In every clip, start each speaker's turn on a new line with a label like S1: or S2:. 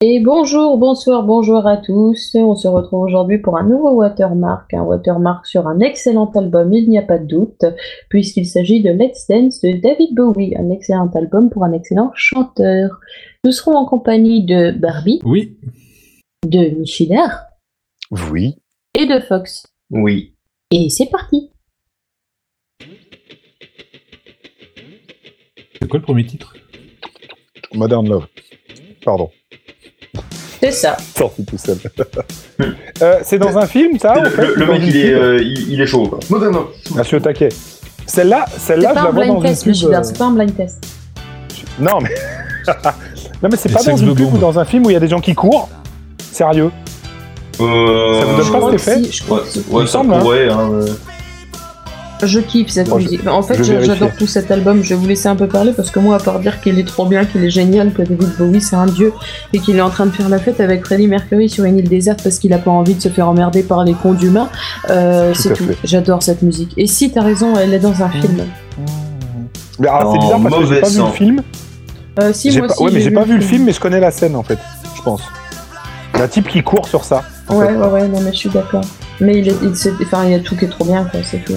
S1: Et bonjour, bonsoir, bonjour à tous. On se retrouve aujourd'hui pour un nouveau watermark, un watermark sur un excellent album, il n'y a pas de doute, puisqu'il s'agit de Let's Dance de David Bowie, un excellent album pour un excellent chanteur. Nous serons en compagnie de Barbie,
S2: Oui,
S1: de Michidar
S3: Oui.
S1: et de Fox.
S4: Oui.
S1: Et c'est parti
S2: c'est quoi le premier titre
S3: Modern Love. Pardon,
S1: C'est ça.
S3: sorti tout seul. Euh, c'est dans un film, ça en fait
S4: le, le
S3: Dans
S4: mec,
S3: une
S4: il est,
S3: pub
S4: euh, il, il est chaud. Quoi. Non, non, non.
S3: Ah, je suis au taquet. Celle-là,
S1: C'est
S3: celle-là, je
S1: pas
S3: la
S1: un
S3: vois
S1: blind
S3: dans une
S1: test,
S3: pub.
S1: Michidar,
S3: euh,
S1: c'est pas un blind test.
S3: Non, mais. non, mais c'est
S2: Les
S3: pas dans
S2: sexes
S3: une
S2: de
S3: pub
S2: bombe.
S3: ou dans un film où il y a des gens qui courent. Sérieux
S4: Euh,
S3: Ça vous donne
S1: Je
S3: pas
S1: crois
S3: cet
S1: que
S3: effet
S1: si, je crois
S4: Ouais, c'est- ouais,
S3: Il
S4: ça
S3: semble, hein.
S4: pourrait. Hein. euh.
S1: Je kiffe cette
S3: Bon, je-
S1: musique. En fait,
S3: je
S1: je-
S3: vérifie.
S1: j'adore tout cet album. Je vais vous laisser un peu parler parce que moi, à part dire qu'il est trop bien, qu'il est génial, que David Bowie c'est un dieu et qu'il est en train de faire la fête avec Freddie Mercury sur une île déserte parce qu'il a pas envie de se faire emmerder par les cons d'humains, euh,
S3: Tout
S1: c'est
S3: à
S1: tout.
S3: fait.
S1: J'adore cette musique. Et si t'as raison, elle est dans un film.
S3: Mais alors, c'est
S4: En
S3: bizarre parce que j'ai
S4: Hmm. mauvais
S3: pas vu le
S4: sang.
S3: film.
S1: Euh, si,
S3: J'ai
S1: moi
S3: pas-
S1: aussi,
S3: ouais, mais j'ai pas vu le film,
S1: film.
S3: mais je connais la scène en fait, je pense. Il y a Un type qui court sur ça. en
S1: Ouais,
S3: fait.
S1: ouais, ouais, non, mais je suis d'accord. Mais il est, il, s'est- enfin, il y a tout qui est trop bien, quoi, c'est tout.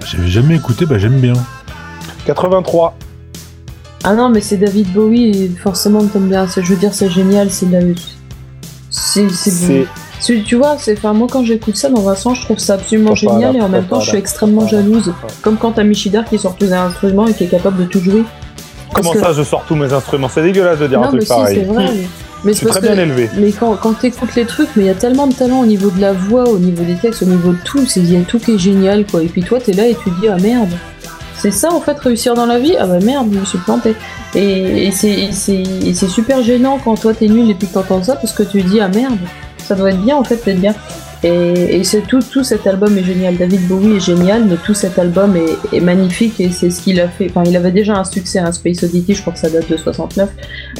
S2: Ah, J'avais jamais écouté, bah j'aime bien.
S3: 83.
S1: Ah non, mais c'est David Bowie, et forcément, t'aimes bien. C'est- Je veux dire, c'est génial, c'est de la. C'est, c'est,
S3: C'est
S1: Tu, tu vois, c'est, enfin, moi quand j'écoute ça dans un sens, je trouve ça absolument
S3: Papa,
S1: génial
S3: là,
S1: et en même
S3: papa,
S1: temps, je suis
S3: là,
S1: extrêmement
S3: papa, là.
S1: jalouse. Comme quand t'as Michidar qui sort tous un instrument et qui est capable de tout jouer.
S3: Comment
S1: que-
S3: ça, je sors tous mes instruments C'est dégueulasse de dire un
S1: non, mais
S3: truc
S1: si, c'est
S3: pareil.
S1: vrai. Mais, mais
S3: Je
S1: c'est
S3: suis
S1: parce
S3: très
S1: que.
S3: bien élevé.
S1: Mais quand, quand t'écoutes les trucs, mais il y a tellement de talent au niveau de la voix, au niveau des textes, au niveau de tout, c'est- il y a tout qui est génial, quoi. Et puis toi, t'es là et tu te dis, ah merde. C'est ça, en fait, réussir dans la vie Ah bah merde, je me suis planté. Et, et c'est- et c'est et c'est super gênant quand toi, t'es nul et puis que t'entends ça, parce que tu dis, ah merde, ça doit être bien, en fait, d'être bien. Et, et c'est tout, tout cet album est génial. David Bowie est génial, mais tout cet album est, est magnifique et c'est ce qu'il a fait. Enfin, il avait déjà un succès, un Space Oddity, je crois que ça date de 69,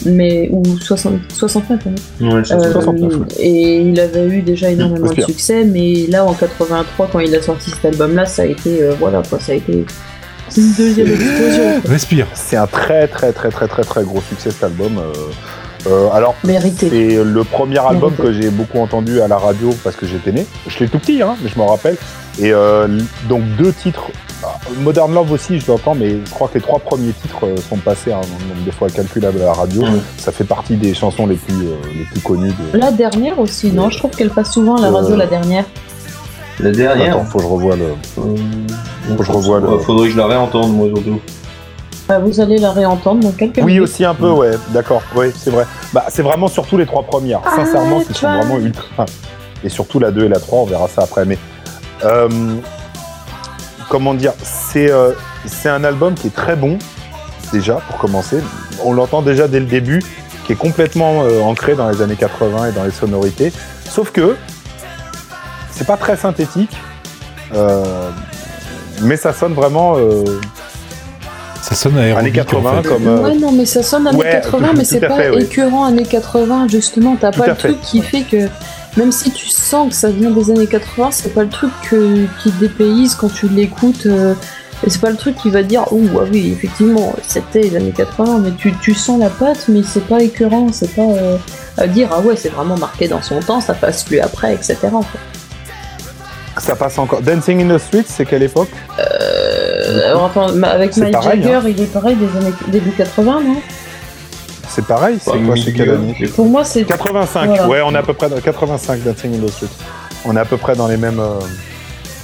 S1: mais ou 60, 69, hein.
S4: Ouais, c'est
S1: Euh,
S4: ça.
S3: 69, ouais.
S1: Et il avait eu déjà énormément de
S3: Respire.
S1: succès, mais là en 83, quand il a sorti cet album-là, ça a été euh, voilà quoi, ça a été une deuxième explosion quoi.
S2: Respire.
S3: C'est un très très très très très très gros succès cet album. euh, euh, alors
S1: méritée.
S3: c'est le premier album
S1: Mérité.
S3: que j'ai beaucoup entendu à la radio parce que j'étais né. Je l'ai tout petit, hein, mais je m'en rappelle. Et euh, l- donc deux titres. Ah, Modern Love aussi, je l'entends, mais je crois que les trois premiers titres euh, sont passés un nombre de fois calculable à la radio.
S4: Ouais.
S3: Ça fait partie des chansons les plus, euh, les plus connues. De...
S1: La dernière aussi, non Je trouve qu'elle passe souvent à la
S3: Euh,
S1: radio la dernière.
S4: La dernière.
S3: Attends, faut que je revoie le.
S4: euh,
S3: Faut que je revoie le-
S4: ouais, Faudrait que je la réentende, moi, surtout.
S1: Bah, vous allez la réentendre dans quelques
S3: Oui,
S1: minutes.
S3: aussi un peu, ouais, d'accord, oui, c'est vrai. Bah, c'est vraiment surtout les trois premières,
S1: Ah,
S3: sincèrement, qui
S1: tu
S3: sont
S1: vois.
S3: vraiment ultra. Et surtout la 2 et la 3, on verra ça après. Mais euh, comment dire, c'est euh, c'est un album qui est très bon, déjà, pour commencer. On l'entend déjà dès le début, qui est complètement euh, ancré dans les années 80 et dans les sonorités. Sauf que c'est pas très synthétique, euh, mais ça sonne vraiment euh,
S2: Ça sonne à
S3: années
S2: aérobic,
S3: 80
S2: en fait.
S3: comme. euh,
S1: Ouais, non, mais ça sonne années
S3: Ouais,
S1: 80,
S3: tout-
S1: mais
S3: tout
S1: c'est
S3: à
S1: pas
S3: fait, oui.
S1: écœurant années 80, justement. T'as
S3: Tout
S1: pas
S3: à
S1: le
S3: fait.
S1: truc qui fait que, même si tu sens que ça vient des années 80, c'est pas le truc que- qui te dépayse quand tu l'écoutes. euh, et c'est pas le truc qui va dire, oh ah oui, effectivement, c'était les années 80, mais tu, tu sens la patte, mais c'est pas écœurant, c'est pas euh, à dire, ah ouais, c'est vraiment marqué dans son temps, ça passe plus après, etc. quoi.
S3: Ça passe encore. Dancing in the Streets, c'est quelle époque
S1: Euh, alors, attends, ma- avec
S3: Mm-hmm. C'est
S1: Mike
S3: pareil, hein.
S1: Jagger, il est pareil des années début 80, non
S3: C'est pareil, c'est
S4: Enfin,
S3: quoi
S4: milieu,
S3: C'est quelle année
S4: j'ai-
S1: Pour moi, c'est
S3: 85.
S1: Voilà.
S3: Ouais, on est à peu près dans 85 Dancing in the Streets. On est à peu près dans les mêmes. euh,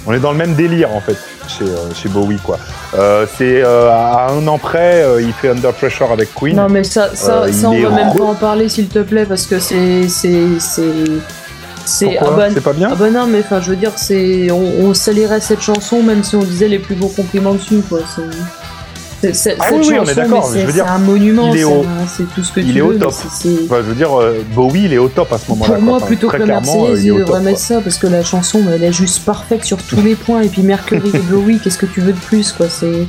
S3: On est dans le même délire en fait chez, euh, chez Bowie quoi. Euh, c'est euh, à un an près, euh, il fait Under Pressure avec Queen.
S1: Non mais ça, ça,
S3: Euh,
S1: ça on
S3: il est
S1: va même
S3: heureux.
S1: pas en parler s'il te plaît parce que c'est c'est c'est c'est ah
S3: Pourquoi
S1: bah,
S3: C'est pas bien
S1: ah bah non mais enfin je veux dire c'est on, on salirait cette chanson même si on disait les plus beaux compliments dessus quoi. C'est- c'est- c'est-
S3: Ah
S1: cette
S3: oui, oui, on
S1: chanson,
S3: est d'accord,
S1: mais
S3: je
S1: c'est
S3: veux dire,
S1: c'est un monument,
S3: il est
S1: c'est
S3: au-
S1: un- c'est tout ce que
S3: il
S1: tu
S3: est au
S1: veux. mais
S3: top.
S1: c'est- c'est-
S3: Enfin, je veux dire, euh, Bowie il est au top à ce moment-là.
S1: Pour
S3: quoi.
S1: moi,
S3: Enfin,
S1: plutôt que
S3: très
S1: la
S3: clairement, euh,
S1: Marseillaise,
S3: il est
S1: ils
S3: au top.
S1: devraient mettre ça parce que la chanson, elle est juste parfaite sur tous les points. Et puis Mercury et Bowie, qu'est-ce que tu veux de plus, quoi C'est.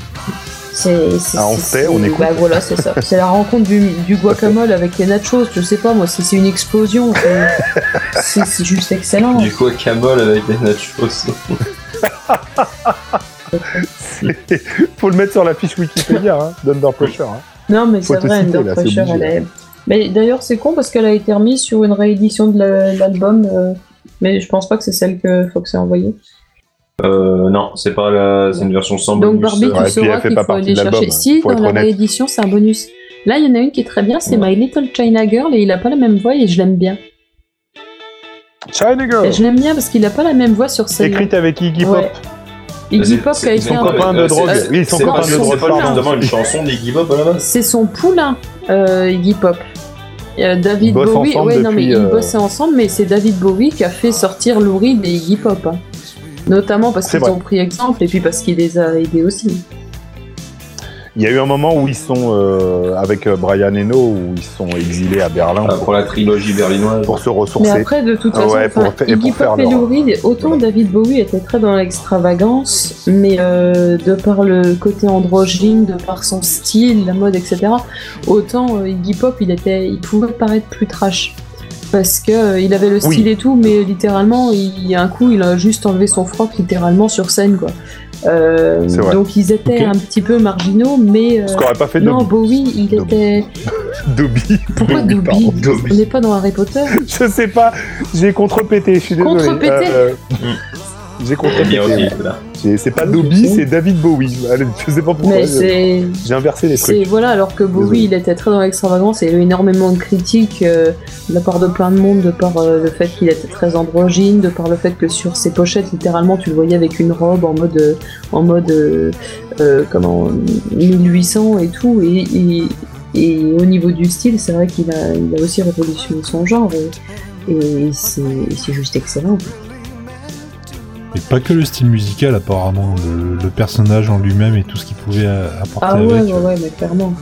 S1: C'est. c'est-
S3: Ah, on
S1: c'est-
S3: sait, on
S1: c'est-
S3: écoute.
S1: Bah voilà, c'est ça. C'est la rencontre du, du guacamole avec les nachos. Je sais pas, moi, c'est c'est une explosion. c'est- C'est c'est juste excellent.
S4: Du coup, Camol avec des nachos.
S3: quoi. Faut le mettre sur hein, la fiche Wikipédia hein, d'Under Pressure. hein.
S1: Non, mais
S3: Faut
S1: c'est
S3: te
S1: vrai,
S3: citer,
S1: Under
S3: là, c'est
S1: Pressure,
S3: obligé.
S1: elle est. Mais d'ailleurs, c'est con parce qu'elle a été remise sur une réédition de la- l'album, euh, mais je pense pas que c'est celle que Fox a envoyée.
S4: Euh, non, c'est pas la... c'est une version sans
S1: Donc
S4: bonus.
S1: Barbie,
S4: euh,
S1: tu
S3: ouais, puis elle
S1: sauras
S3: fait
S1: qu'il
S3: pas
S1: faut
S3: partie
S1: aller
S3: de l'album,
S1: chercher.
S3: hein,
S1: Si,
S3: faut
S1: dans
S3: être
S1: la
S3: honnête.
S1: réédition, c'est un bonus. Là, il y en a une qui est très bien, c'est My Little China Girl, et il a pas la même voix, et je l'aime bien.
S3: China Girl
S1: Et je l'aime bien parce qu'il a pas la même voix sur scène.
S3: Écrite avec Iggy Pop.
S1: Ouais. Iggy
S4: c'est-
S1: Pop qui a
S4: c'est-
S1: été
S4: c'est
S1: un
S4: pas-
S3: copain de
S4: euh, c'est-
S3: drogue.
S4: c'est-
S3: Oui, ils sont
S4: c'est
S1: copains
S4: pas-
S1: de drogue.
S4: C'est pas
S1: Pardon.
S4: justement une chanson d'Iggy Pop à la base
S1: C'est son poulain, euh, Iggy Pop. Euh, David
S3: Ils bossent
S1: Bowie,
S3: ensemble
S1: ouais, non, mais
S3: depuis,
S1: ils
S3: euh,
S1: bossaient ensemble, mais c'est David Bowie qui a fait sortir Lou Reed et Iggy Pop. hein. Notamment parce
S3: C'est
S1: qu'ils
S3: vrai.
S1: ont pris exemple et puis parce qu'il les a aidés aussi.
S3: Il y a eu un moment où ils sont euh, avec euh, Brian Eno, où ils sont exilés à Berlin
S4: Euh,
S3: Ah, pour,
S4: Pour la trilogie berlinoise.
S3: pour se
S1: Mais
S3: ressourcer.
S1: après, de toute
S3: Ah
S1: façon,
S3: ouais, pour
S1: enfin,
S3: fa- et
S1: Iggy
S3: pour faire
S1: Pop et
S3: leur-
S1: Lou Reed, autant
S3: Voilà.
S1: David Bowie était très dans l'extravagance, mais euh, de par le côté androgyne, de par son style, la mode, etc., autant euh, Iggy Pop, il, était, il pouvait paraître plus trash. Parce que euh, il avait le
S3: Oui.
S1: style et tout, mais littéralement, il y a un coup, il a juste enlevé son froc littéralement sur scène, quoi. Euh,
S3: C'est vrai.
S1: donc ils étaient
S2: Ok.
S1: un petit peu marginaux, mais euh,
S3: Ce qu'aurait pas fait
S1: non,
S3: Dobby.
S1: Bowie, il
S3: Dobby.
S1: était.
S3: Dobby.
S1: Pourquoi
S3: Dobby,
S1: Dobby
S3: pardon.
S1: On n'est pas dans Harry Potter.
S3: Je sais pas, j'ai contrepété, je suis désolé.
S1: Contrepété
S3: Euh, euh, J'ai
S4: Eh bien, ok,
S3: contrepété.
S4: voilà.
S3: J'ai- C'est pas Dobby, c'est David Bowie. Allez, je sais pas pourquoi.
S1: Mais
S3: je-
S1: c'est.
S3: J'ai inversé les
S1: C'est
S3: trucs.
S1: voilà, alors que Bowie,
S3: Désolé.
S1: il était très dans l'extravagance et il a eu énormément de critiques euh, de la part de plein de monde, de par euh, le fait qu'il était très androgyne, de par le fait que sur ses pochettes, littéralement, tu le voyais avec une robe en mode, euh, en mode, euh, euh, comment, 1800 et tout. Et, et- et au niveau du style, c'est vrai qu'il a, il a aussi révolutionné son genre. Et, et c'est c'est juste excellent.
S2: Et pas que le style musical, apparemment. Le, le personnage en lui-même et tout ce qu'il pouvait euh, apporter
S1: Ah ouais,
S2: avec.
S1: ouais, ouais, mais clairement.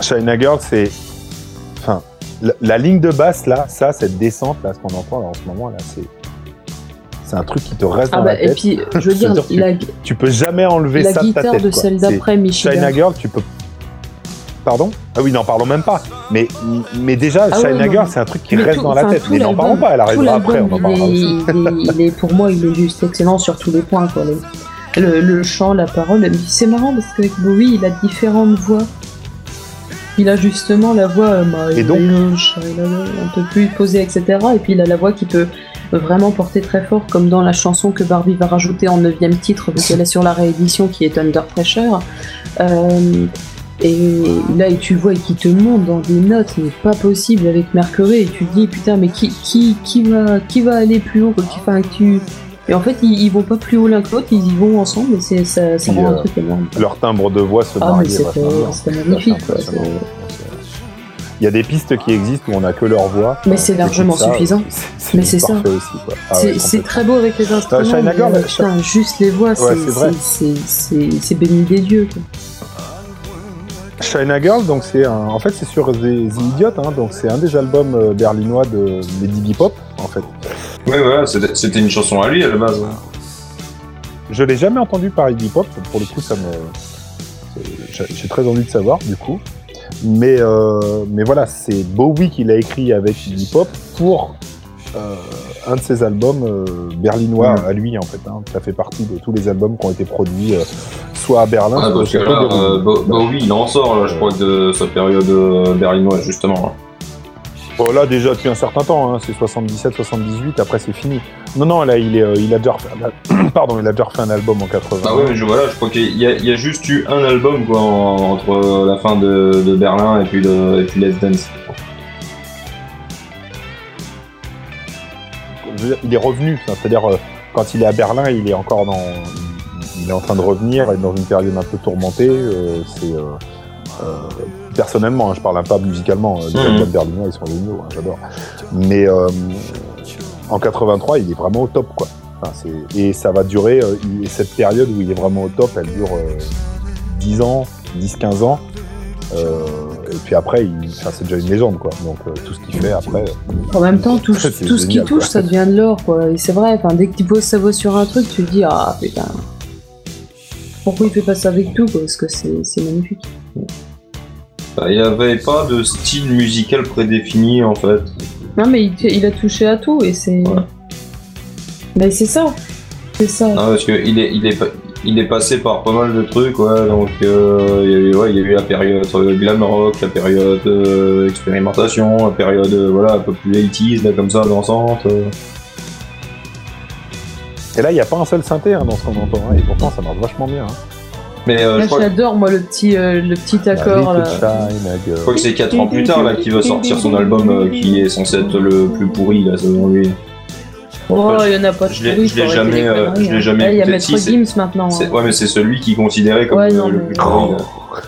S3: China Girl, c'est. Enfin, la, la ligne de basse, là, ça, cette descente, là, ce qu'on entend là, en ce moment, là, c'est. C'est un truc qui te reste
S1: Ah
S3: dans
S1: bah,
S3: la
S1: et
S3: tête.
S1: puis, je veux dire,
S3: C'est-à-dire que
S1: la,
S3: Tu peux jamais enlever
S1: la
S3: ça de ta
S1: guitare
S3: tête.
S1: de
S3: quoi.
S1: celle
S3: C'est-
S1: d'après, Michel.
S3: China Girl, tu peux. Pardon Ah oui, n'en parlons même pas. Mais, mais déjà,
S1: Ah ouais,
S3: China
S1: non,
S3: Girl,
S1: mais-
S3: c'est un truc qui
S1: Mais
S3: reste
S1: tout-
S3: dans la
S1: enfin,
S3: tête.
S1: tout
S3: Mais n'en
S1: l'album-
S3: parlons pas, elle
S1: tout
S3: arrivera après, on en
S1: l'album,
S3: parlera
S1: il est-
S3: aussi.
S1: il est- il est- pour moi, il est juste excellent sur tous les points. Quoi. Le, le- le chant, la parole. C'est marrant parce qu'avec Bowie, il a différentes voix. Il a justement la voix euh, My
S3: Et donc-
S1: Little China Girl, un peu plus posée, etc. Et puis il a la voix qui peut vraiment porter très fort, comme dans la chanson que Barbie va rajouter en neuvième titre, parce qu'elle est sur la réédition qui est Under Pressure. Euh, et là, et tu le vois qui te monte dans des notes, mais pas possible avec Mercury. Et tu te dis, putain, mais qui, qui, qui, va, qui va aller plus haut quoi, qui, enfin, tu... Et en fait, ils, ils vont pas plus haut l'un que l'autre, ils y vont ensemble, et c'est, ça, ça
S3: Puis,
S1: rend un
S3: euh,
S1: truc énorme.
S3: Leur timbre de voix se
S1: Ah, mais
S3: marie.
S1: c'était-
S3: vachement bien.
S1: c'était
S3: C'est
S1: magnifique,
S3: vachement
S1: quoi, c'est-
S3: impressionnant. Il y a des pistes qui existent où on a que leur voix.
S1: Mais c'est largement
S3: Écoute ça,
S1: suffisant. Mais c'est ça.
S3: parfait aussi, quoi. Ah
S1: c'est,
S3: ouais,
S1: c'est
S3: complètement.
S1: très beau avec les instruments.
S3: Shine
S1: mais,
S3: Girl,
S1: euh,
S3: Shine-
S1: putain, juste les voix, c'est,
S3: c'est vrai.
S1: c'est- c'est- c'est- c'est béni des dieux. quoi.
S3: China Girl, donc c'est un- en fait c'est sur des The Idiots, hein, donc c'est un des albums euh, berlinois de des Iggy Pop en fait.
S4: Ouais, voilà, c'était c'était une chanson à lui à la base.
S3: Je l'ai jamais entendu par Iggy Pop, pour le coup ça me c'est- j'ai j'ai très envie de savoir du coup. Mais euh, mais voilà, c'est Bowie qui l'a écrit avec Iggy Pop pour euh, un de ses albums euh, berlinois
S4: Mhm.
S3: à lui en fait. hein. Ça fait partie de tous les albums qui ont été produits euh, soit à Berlin,
S4: Ah,
S3: soit
S4: parce
S3: chez
S4: que là,
S3: Paul
S4: euh,
S3: Berlin.
S4: Bo- Bowie, il en sort, là, je crois, de sa période euh, berlinoise, justement.
S3: Bon, là, déjà, depuis un certain temps, hein, c'est 77, 78, après, c'est fini. Non, non, là, il, est, euh, il, a déjà refait, un- pardon, il a déjà refait un album en 80.
S4: Bah ouais, mais je, voilà, je crois qu'il y, a- il y a juste eu un album, quoi, en- entre euh, la fin de, de Berlin et puis, le, et puis Let's Dance.
S3: Je veux dire, Il est revenu, hein, c'est-à-dire, euh, quand il est à Berlin, il est encore dans. Il est en train de revenir, et dans une période un peu tourmentée. euh, c'est. euh, euh, personnellement, hein, je parle un pas musicalement, euh, les
S4: Mhm.
S3: albums berlinois, ils sont géniaux, hein, j'adore. Mais euh, en 83, il est vraiment au top, quoi. Enfin, c'est- et ça va durer, euh, il- cette période où il est vraiment au top, elle dure euh, 10 ans, 10-15 ans. Euh, et puis après, il- enfin, c'est déjà une légende, quoi. Donc euh, tout ce qu'il fait après. euh,
S1: En même temps, tout,
S3: C'est
S1: tout ce qui
S3: génial,
S1: touche,
S3: quoi.
S1: ça devient de l'or, quoi. Et c'est vrai, enfin, dès que tu poses sa voix sur un truc, tu te dis, ah putain, pourquoi il fait pas ça avec tout, quoi, Parce que c'est, c'est magnifique.
S4: Bah, il n'y avait pas de style musical prédéfini, en fait.
S1: Non, mais il, il a touché à tout, et c'est.
S4: Ouais.
S1: Mais c'est ça. C'est ça.
S4: Non, parce que il est, il est, pas- il est passé par pas mal de trucs, ouais, donc euh, il y, a eu- ouais, il y a eu la période euh, glam rock, la période euh, expérimentation, la période euh, voilà, un peu plus 80s, là, comme ça, dansante. euh.
S3: Et là, il n'y a pas un seul synthé hein, dans ce qu'on entend, hein, et pourtant ça marche vachement bien. Hein.
S4: Mais euh, je
S1: Là,
S4: crois, je
S1: j'adore, moi, le petit, euh, le
S3: Bah,
S1: petit accord.
S3: La
S1: Là.
S3: Little Shine, la gueule.
S4: crois que c'est 4 ans plus tard là qu'il va sortir son album euh, qui est censé être le plus pourri là selon lui.
S1: Oh, il y en a pas de
S4: Bah, Je l'ai-
S1: pourri,
S4: je l'ai
S1: faut arrêter
S4: jamais,
S1: les
S4: euh,
S1: conneries,
S4: je l'ai
S1: hein.
S4: jamais
S1: Là, il y a
S4: écouté.
S1: Maître
S4: Si, c'est-
S1: Gims maintenant. hein.
S4: C'est- Ouais mais c'est celui qui est considéré comme
S1: Ouais,
S4: le,
S1: non,
S4: le
S1: mais-
S4: plus pourri. là.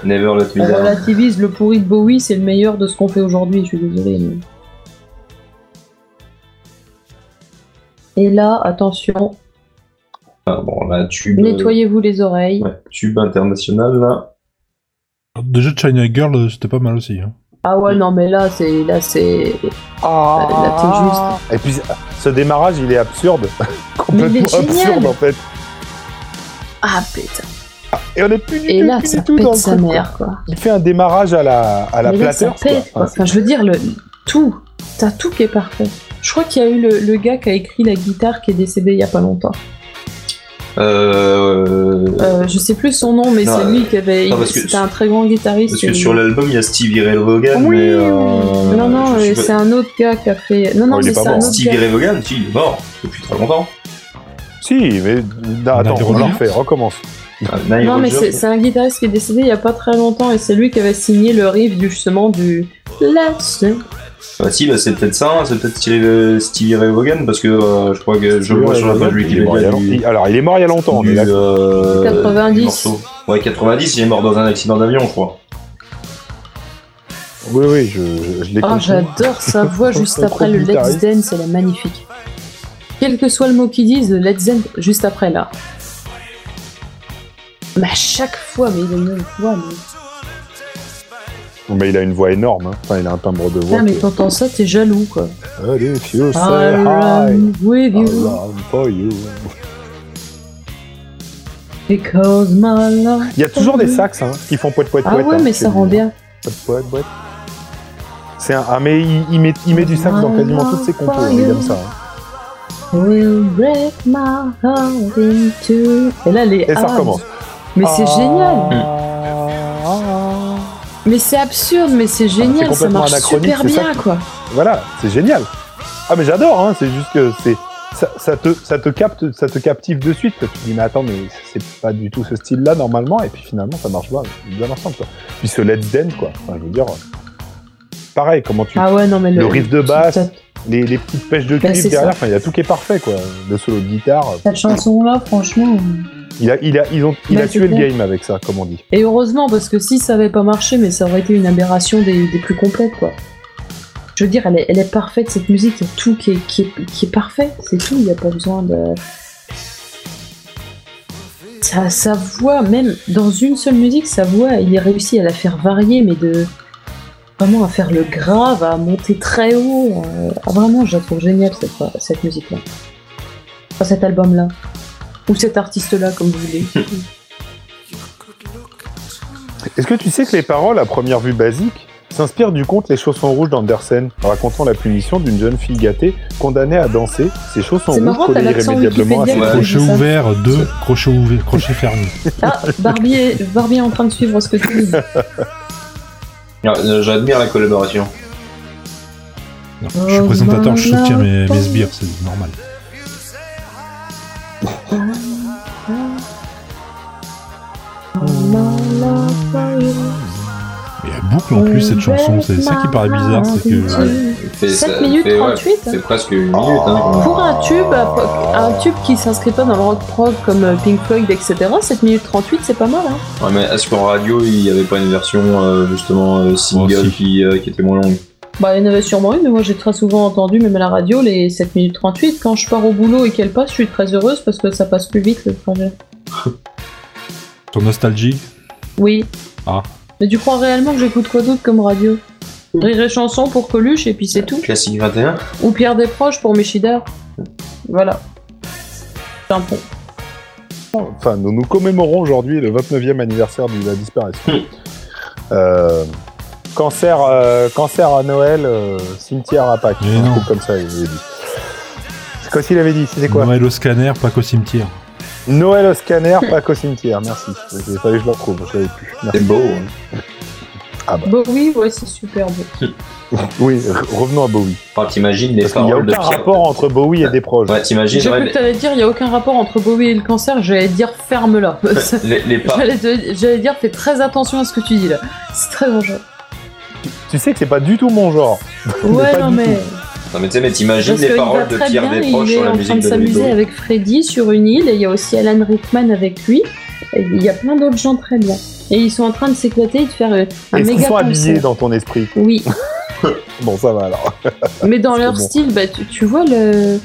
S4: Never Let Me
S1: On
S4: Down.
S1: relativise le pourri de Bowie, c'est le meilleur de ce qu'on fait aujourd'hui, je suis désolée. mais- Et là, attention,
S4: Ah, bon là tube, euh,
S1: nettoyez-vous les oreilles.
S4: ouais, tube international là.
S2: Déjà, China Girl, euh, c'était pas mal aussi. Hein.
S1: Ah ouais, non, mais là, c'est. Là, c'est. Là,
S3: Ah Et puis ce démarrage, il est absurde. Complètement
S1: Mais il est génial.
S3: absurde en fait.
S1: Ah putain.
S3: Et on est plus du
S1: Et
S3: tout,
S1: là,
S3: plus
S1: ça
S3: du tout dans
S1: pète
S3: le
S1: sa
S3: truc, quoi.
S1: mère, quoi.
S3: Il fait un démarrage à la, à la
S1: mais là, ça
S3: Platters, quoi.
S1: pète, quoi.
S4: Ah,
S1: Enfin, je veux dire, le... tout. T'as tout qui est parfait. Je crois qu'il y a eu le, le gars qui a écrit la guitare qui est décédé il y a pas longtemps.
S4: Euh,
S1: Euh, je sais plus son nom, mais
S4: Non, euh,
S1: c'est lui qui avait.
S4: non, parce que-
S1: C'était un très grand guitariste.
S4: Parce que
S1: et-
S4: sur l'album, il y a Stevie Ray Vaughan,
S3: Oui,
S4: mais.
S3: oui,
S4: euh,
S3: oui.
S1: Non, non,
S4: je
S1: euh,
S4: sais
S1: c'est un autre gars qui a fait. Non, non,
S3: Oh, il
S1: mais
S3: est pas
S1: c'est un
S3: mort.
S4: pas-
S1: autre
S4: Stevie
S1: gars.
S4: Ray Vaughan, si, il est mort depuis très longtemps.
S3: Si, mais non,
S2: a
S3: attends,
S2: des
S3: on le
S2: remarques
S3: refait, recommence.
S4: Ah, Nile
S1: Non, mais c'est
S4: Rodgers,
S1: c'est un guitariste qui est décédé il y a pas très longtemps et c'est lui qui avait signé le riff du, justement du. Let's.
S4: Bah, si, bah, c'est peut-être ça, hein, c'est peut-être Stevie euh, Stevie Ray Vaughan, parce que euh, je crois que je vois sur la page
S3: Il est mort il y
S4: Wikipédia.
S3: a
S4: du-
S3: longtemps. Alors, il est mort il y a longtemps, on est
S4: du,
S3: d'accord.
S4: euh,
S1: 90.
S4: du morceau. Ouais, 90, il est mort dans un accident d'avion, je crois. Euh,
S3: Oui, oui, je, je, je l'ai
S1: Ah,
S3: compris.
S1: j'adore sa voix juste
S3: Trop
S1: après le Let's
S3: guitariste.
S1: Dance, elle est magnifique. Quel que soit le mot qu'ils disent, le Let's Dance juste après là. Mais à chaque fois, mais il a une voix. Mais...
S3: Mais il a une voix énorme, hein. enfin, il a un timbre de
S1: Putain,
S3: voix.
S1: Ah, mais Ah,
S3: que-
S1: t'entends ça, t'es jaloux quoi.
S3: Well, if you say hi,
S1: I'm with
S3: I
S1: you.
S3: love for you.
S1: Because my love.
S3: Il y a toujours des sax hein, qui font poète poète
S1: Ah
S3: poète.
S1: ouais,
S3: hein,
S1: mais
S3: chez
S1: ça
S3: lui,
S1: rend
S3: hein.
S1: bien.
S3: Poète poète poète. C'est un, ah, mais il, il met, il met du sax dans quasiment toutes ses compos, hein, il aime ça. hein.
S1: Will break my heart in two. Et là, les
S3: Et ça
S1: ah,
S3: recommence.
S1: Mais c'est
S3: Ah,
S1: génial.
S3: ah, ah.
S1: Mais c'est absurde, mais c'est génial. ça
S3: complètement
S1: marche
S3: anachronique,
S1: super
S3: c'est ça
S1: bien,
S3: qui-
S1: quoi.
S3: Voilà, c'est génial. Ah mais j'adore, hein, c'est juste que c'est ça, ça te ça te capte, ça te captive de suite. Tu te dis mais attends mais c'est pas du tout ce style-là normalement et puis finalement ça marche bien, bien ensemble quoi. Puis ce Let's Dance quoi, enfin, je veux dire, pareil comment tu
S1: Ah ouais, non, mais le,
S3: le riff de basse,
S1: cette,
S3: les, les petites pêches de
S1: Bah,
S3: cuivre
S1: c'est
S3: derrière,
S1: ça.
S3: enfin il y a tout qui est parfait quoi. Le solo de guitare,
S1: cette chanson-là, franchement.
S3: il a il a ils ont il
S1: Bah,
S3: a
S1: c'est
S3: tué le
S1: clair.
S3: game avec ça comme on dit.
S1: Et heureusement, parce que si ça avait pas marché, mais ça aurait été une aberration des, des plus complètes, quoi. Je veux dire, elle est, elle est parfaite, cette musique, il y a tout qui est, qui est, qui est parfait, c'est tout, il n'y a pas besoin de... Sa, sa voix, même dans une seule musique, sa voix, il est réussi à la faire varier, mais de... Vraiment à faire le grave, à monter très haut. euh, ah, vraiment, je la trouve géniale, cette, voix- cette musique-là. Enfin, cet album-là. Ou cet artiste-là, comme vous voulez.
S3: Est-ce que tu sais que les paroles à première vue basiques s'inspirent du conte Les chaussons rouges d'Andersen, racontant la punition d'une jeune fille gâtée condamnée à danser, ses chaussons
S1: C'est
S3: rouges
S1: marrant,
S3: collés
S1: t'as l'accent
S3: irrémédiablement à ses
S1: Wikipédia.
S3: couilles.
S2: Crochet
S1: c'est ça.
S2: ouvert, deux, crochet ouvert, crochet fermé.
S1: Ah, Barbie est, Barbie est en train de suivre ce que tu dis.
S4: Ah, euh, J'admire la collaboration.
S2: Non,
S1: Oh,
S2: je suis présentateur, je soutiens mes, mes sbires, c'est normal. Et elle boucle en plus cette chanson, c'est ça qui paraît bizarre, c'est que. euh,
S4: Il fait-
S1: 7
S4: ça
S1: minutes
S4: fait, ouais,
S1: 38, hein.
S4: C'est presque une minute. hein, quand même.
S1: Pour un tube, un tube qui s'inscrit pas dans le rock prog comme euh, Pink Floyd, etc., 7 minutes 38, c'est pas mal. Hein.
S4: Ouais, mais est-ce qu'en radio, il n'y avait pas une version euh, justement euh, single
S2: Oh, si.
S4: qui, euh, qui était moins longue
S1: Bah, il y en avait sûrement une, mais moi j'ai très souvent entendu, même à la radio, les 7 minutes 38. Quand je pars au boulot et qu'elle passe, je suis très heureuse parce que ça passe plus vite le trajet.
S2: Sur Nostalgie,
S1: Oui.
S2: Ah.
S1: Mais tu crois réellement que j'écoute quoi d'autre comme radio Rire et chanson pour Coluche et puis c'est tout.
S4: Classique 21
S1: Ou Pierre Desproges pour Michidar. Voilà. C'est un pont.
S3: Enfin, nous nous commémorons aujourd'hui le 29e anniversaire de la disparition.
S4: Hmm.
S3: Euh, cancer, euh, cancer à Noël, euh, cimetière à Pâques,
S2: Mais
S3: un
S2: non.
S3: truc comme ça, il avait dit. C'est quoi qu'il avait dit C'était quoi
S2: Noël au scanner, pas qu'au cimetière.
S3: Noël au scanner, Pâques au cimetière, merci. Il fallait que je le retrouve, je l'avais plus. Merci.
S4: C'est beau. hein.
S1: Bowie, ouais, c'est super beau.
S3: Oui, re- revenons à Bowie.
S4: Enfin, t'imagines les
S3: Parce qu'il n'y a
S4: paroles de
S3: aucun
S4: Pierre.
S3: rapport entre Bowie et des proches.
S4: Ouais,
S1: J'ai
S4: t'imagines
S1: cru
S4: ouais,
S1: que t'allais dire, il n'y a aucun rapport entre Bowie et le cancer, j'allais dire ferme-la.
S4: les, les paroles.
S1: J'allais te- j'allais dire, fais très attention à ce que tu dis là. C'est très dangereux.
S3: Tu sais que c'est pas du tout mon genre.
S1: Ouais,
S3: pas
S1: non,
S3: du
S1: mais.
S4: Non, mais tu sais, mais t'imagines
S1: Parce
S4: les
S1: qu'il va
S4: paroles de
S1: très
S4: Pierre
S1: bien,
S4: Desproches
S1: il est
S4: sur la
S1: en train
S4: musique
S1: de
S4: de David
S1: s'amuser
S4: Bowie.
S1: avec Freddy sur une île et il y a aussi Alan Rickman avec lui. Et Il y a plein d'autres gens très bien. Et ils sont en train de s'éclater et de faire euh, un
S3: Est-ce qu'ils
S1: méga
S3: sont habillés
S1: concert.
S3: dans ton esprit
S1: Oui,
S3: Bon, ça va alors.
S1: mais dans
S3: Parce que
S1: leur
S3: Ah, bon.
S1: style, bah, tu, tu vois le.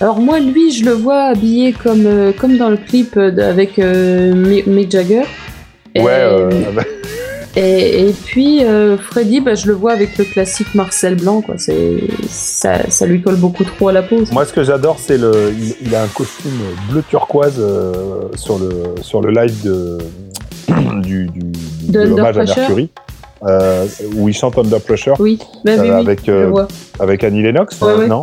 S1: Alors moi, lui, je le vois habillé comme, euh, comme dans le clip euh, de- avec euh, Mi- Mick Jagger. Et,
S3: Ouais, euh,
S1: et, et puis euh, Freddy, bah, je le vois avec le classique Marcel Blanc. Quoi. C'est- Ça, ça lui colle beaucoup trop à la peau. ça.
S3: Moi, ce que j'adore, c'est le. Il, il a un costume bleu turquoise euh, sur le sur le live de du, du
S1: De Under
S3: l'hommage à
S1: Pressure.
S3: Mercury, euh, où il chante Under Pressure
S1: Oui, bah,
S3: euh,
S1: oui, oui,
S3: avec,
S1: je le
S3: euh,
S1: vois.
S3: avec Annie Lennox,
S1: Ouais,
S3: euh,
S1: ouais.
S3: non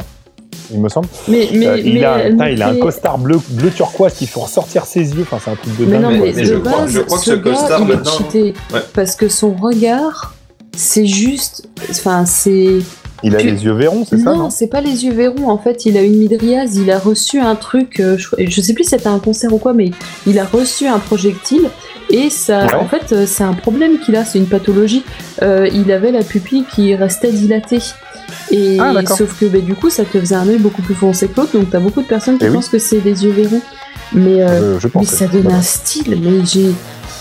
S3: Il me semble.
S1: Mais, mais,
S3: Euh, il,
S1: mais
S3: a, un-
S1: elle
S3: putain,
S1: me
S3: il a un
S1: fait-
S3: costard bleu bleu turquoise qui fait ressortir ses yeux. Enfin, c'est un truc de
S1: Mais
S3: dingue.
S1: non,
S4: Mais-
S1: mais,
S4: mais
S1: de
S4: je
S1: base,
S4: crois- je crois que
S1: ce,
S4: ce
S1: gars,
S4: costard,
S1: il est
S4: maintenant-
S1: cheaté.
S4: Ouais.
S1: Parce que son regard, c'est juste. Enfin, c'est.
S3: Il a
S1: tu-
S3: les yeux verrons, c'est ça
S1: Non, c'est pas les yeux verrons. En fait, il a une midriase. Il a reçu un truc. euh, Je, je sais plus si c'était un concert ou quoi, mais il a reçu un projectile. Et ça,
S3: Ouais.
S1: en fait, euh, c'est un problème qu'il a. C'est une pathologie. Euh, il avait la pupille qui restait dilatée. Et
S3: Ah, d'accord.
S1: sauf que bah, du coup, ça te faisait un œil beaucoup plus foncé que l'autre. Donc, t'as beaucoup de personnes qui
S3: Eh oui. Ah,
S1: pensent que c'est des yeux verrons. Mais euh,
S3: Je- je
S1: mais
S3: pense.
S1: ça donne un style, mais j'ai.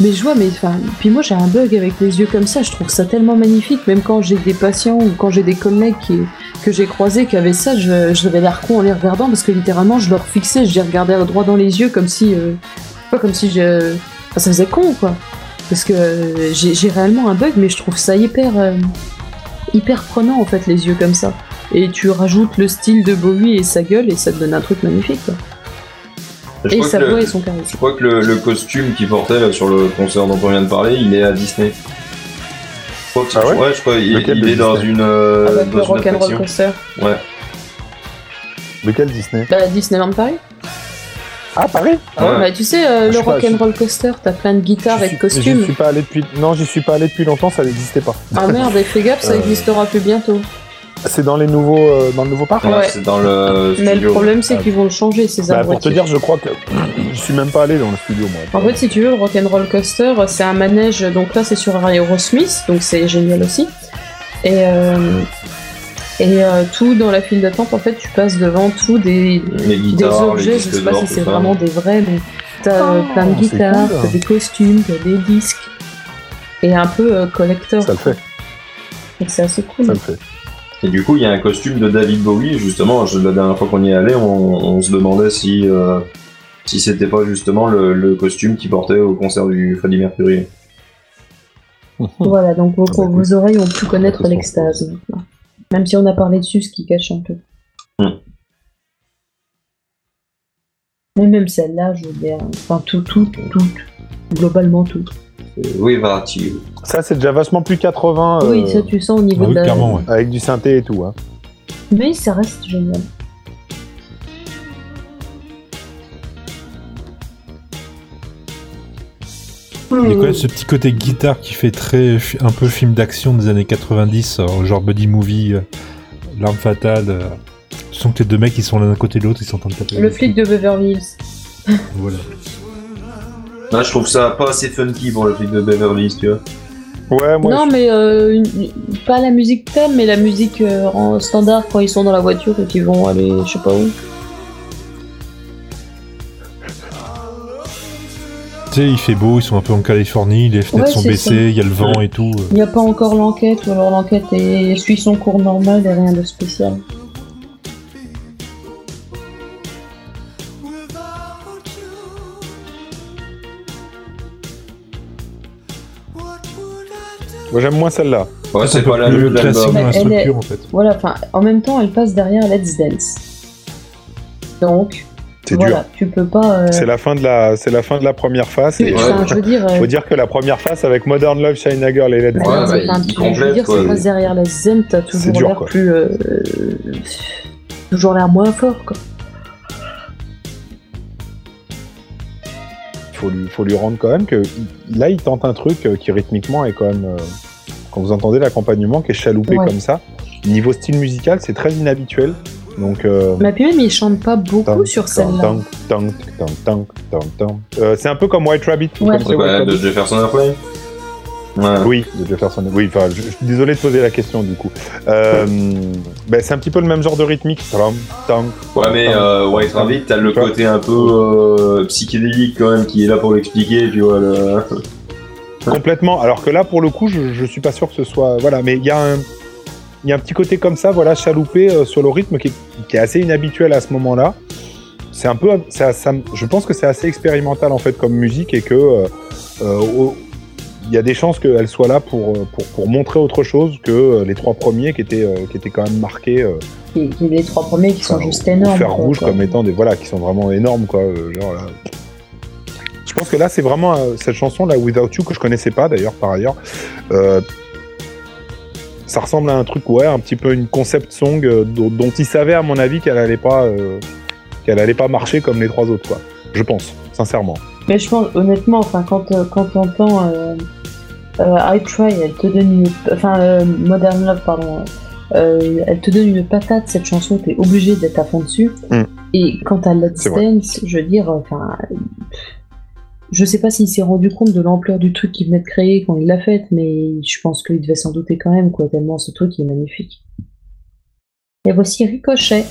S1: Mais je vois, mais enfin. Puis moi j'ai un bug avec les yeux comme ça, je trouve ça tellement magnifique, même quand j'ai des patients ou quand j'ai des collègues qui, que j'ai croisés qui avaient ça, je, je devais l'air con en les regardant parce que littéralement je leur fixais, je les regardais droit dans les yeux comme si. euh, pas comme si je. Enfin, ça faisait con quoi. Parce que euh, j'ai j'ai réellement un bug, mais je trouve ça hyper. euh, hyper prenant en fait les yeux comme ça. Et tu rajoutes le style de Bowie et sa gueule et ça te donne un truc magnifique quoi.
S4: Je
S1: Et
S4: crois
S1: sa
S4: que le-
S1: voix et son charisme.
S4: Je crois que le, le costume qu'il portait là, sur le concert dont on vient de parler, il est à Disney. Je crois que
S3: Ah ouais
S4: ouais, je crois, il,
S3: Lequel
S4: il
S3: de
S4: est dans
S3: Disney
S4: une, euh,
S1: Ah bah, le
S4: dans une
S1: rock'n'roll
S4: attraction.
S1: concert.
S4: Ouais.
S3: Lequel Disney
S1: Bah, Disneyland Paris.
S3: Ah, Paris
S4: Ah ouais.
S1: Bah, tu sais, euh,
S3: Je
S1: le
S3: sais pas,
S1: rock'n'roll coaster, t'as plein de guitares
S3: Je
S1: et de
S3: suis- Je
S1: costumes.
S3: suis pas allé depuis. Non, j'y suis pas allé depuis longtemps. Ça n'existait pas.
S1: Ah merde, et fais gaffe, ça
S3: Euh,
S1: existera plus bientôt.
S3: C'est dans les nouveaux euh, dans le nouveau parc.
S4: Là,
S1: Ouais.
S4: c'est dans le studio.
S1: Mais le problème, c'est
S3: Ah.
S1: qu'ils vont le changer, ces
S3: Bah, pour te
S1: abrutis.
S3: dire, je crois que je suis même pas allé dans le studio, moi.
S1: En fait, si tu veux, le rock'n'roll coaster, c'est un manège. Donc là, c'est sur Aerosmith, donc c'est génial aussi. Et, euh, et euh, tout dans la file d'attente, en fait, tu passes devant tout des,
S4: les
S1: des
S4: guitares, les
S1: objets. Je
S4: disques
S1: sais pas
S4: d'or,
S1: si
S4: tout
S1: c'est
S4: ça.
S1: vraiment des vrais, mais t'as euh,
S3: Oh,
S1: plein de
S3: c'est
S1: guitares,
S3: cool.
S1: t'as des costumes, t'as des disques. Et un peu euh, collector.
S3: ça le fait,
S1: Donc c'est assez cool.
S3: ça le fait.
S4: Et du coup, il y a un costume de David Bowie, justement. je- la dernière fois qu'on y est allé, on, on se demandait si, euh, si c'était pas justement le, le costume qu'il portait au concert du Freddie Mercury.
S1: Voilà, donc vos,
S3: Ah bah,
S1: vos oreilles ont pu connaître
S3: Attention.
S1: l'extase. maintenant. Même si on a parlé dessus, ce qui cache un peu.
S4: Hmm.
S1: Mais même celle-là, je veux dire, enfin tout, tout, tout, globalement tout.
S4: Euh, Oui, va t
S3: Ça, c'est déjà vachement plus 80 euh,
S1: Oui, ça tu sens au niveau
S2: Ah oui,
S1: de la...
S2: clairement, ouais.
S3: avec du synthé et tout. Hein.
S1: Mais ça reste génial.
S2: Il y a quand même ce petit côté guitare qui fait très fi- un peu film d'action des années 90, euh, genre Buddy Movie, euh, L'arme fatale. euh. Tu sens que les deux mecs ils sont l'un à côté de l'autre, ils sont en train de taper.
S1: Le flic de Beverly Hills.
S2: Voilà.
S4: Là, je trouve ça pas assez funky pour le flic de Beverly Hills, tu vois.
S3: Ouais, moi,
S1: non, mais euh, une- pas la musique thème, mais la musique euh, en standard quand ils sont dans la voiture et qu'ils vont aller je sais pas où.
S2: Tu sais, il fait beau, ils sont un peu en Californie, les fenêtres
S1: Ouais,
S2: sont
S1: c'est
S2: baissées, il y a le vent et tout. euh.
S1: Il n'y a pas encore l'enquête, ou alors l'enquête est... suit son cours normal et rien de spécial.
S3: je- moi, j'aime moins celle-là.
S4: Ouais, c'est pas la
S2: le
S4: mieux de
S2: classique dans
S4: l'album.
S2: la
S1: Elle est-
S2: structure en fait.
S1: Voilà, enfin, en même temps, elle passe derrière Let's Dance. Donc,
S3: C'est
S1: voilà,
S3: dur.
S1: tu peux pas. euh,
S3: C'est la fin de la, c'est la fin de la première face.
S1: tu-
S3: Et,
S1: enfin,
S4: ouais.
S1: je veux dire. euh,
S3: Faut dire que la première face avec Modern Love, China Girl et Let's
S1: bah
S4: Ouais,
S3: Dance,
S1: non, c'est
S4: bah,
S1: pas un
S4: il- il
S1: truc, je veux
S4: complète,
S1: dire,
S4: quoi.
S1: c'est pas derrière Let's Dance, t'as toujours
S3: dur,
S1: l'air
S3: quoi.
S1: plus. euh, euh, toujours l'air moins fort, quoi.
S3: faut lui, faut lui rendre quand même que là, il tente un truc euh, qui rythmiquement est quand même. euh, quand vous entendez l'accompagnement qui est chaloupé
S1: Ouais.
S3: comme ça, niveau style musical, c'est très inhabituel. Donc. euh,
S1: Mais puis même, il chante pas beaucoup
S3: tank,
S1: sur
S3: tank,
S1: celle-là.
S3: tank, tank, tank, tank, tank. Euh, C'est un peu comme White Rabbit. ou
S1: Ouais.
S3: comme c'est
S4: C'est
S3: White
S4: quoi,
S3: Rabbit.
S4: de Jefferson Airplane Ouais.
S3: Oui, de Jefferson. Oui, enfin, je, je suis désolé de poser la question du coup. Euh, ben, c'est un petit peu le même genre de rythmique. Tram, tank,
S4: Ouais, mais euh, White Rabbit, t'as le
S3: Quoi
S4: côté un peu euh, psychédélique quand même qui est là pour l'expliquer, tu vois. Le...
S3: complètement. Alors que là, pour le coup, je, je suis pas sûr que ce soit. Voilà, mais il y a un. Il y a un petit côté comme ça, voilà, chaloupé euh, sur le rythme qui est, qui est assez inhabituel à ce moment-là. C'est un peu, ça, ça- je pense que c'est assez expérimental en fait comme musique et que euh, euh, au- il y a des chances qu'elle soit là pour, euh, pour pour montrer autre chose que euh, les trois premiers qui étaient euh, qui étaient quand même marqués euh,
S1: Et- et Les trois premiers qui sont
S3: Enfin,
S1: juste
S3: ou
S1: énormes.
S3: Faire
S1: quoi,
S3: rouge
S1: quoi.
S3: comme étant des voilà qui sont vraiment énormes quoi. euh, genre là. Je pense que là c'est vraiment euh, cette chanson là Without You que je connaissais pas d'ailleurs par ailleurs. euh, ça ressemble à un truc ouais un petit peu une concept song euh, dont, dont il savait à mon avis qu'elle allait pas euh, qu'elle allait pas marcher comme les trois autres quoi. Je pense sincèrement.
S1: Mais je pense, honnêtement, enfin, quand, euh, quand t'entends euh, euh, I Try, elle te donne une. Enfin, euh, Modern Love, pardon. euh, elle te donne une patate, cette chanson, t'es obligé d'être à fond dessus.
S3: Mm.
S1: Et quant à la
S3: C'est vrai.
S1: distance, je veux dire, enfin. euh, Je sais pas s'il s'est rendu compte de l'ampleur du truc qu'il venait de créer quand il l'a faite, mais je pense qu'il devait s'en douter quand même, quoi, tellement ce truc il est magnifique. Et voici Ricochet.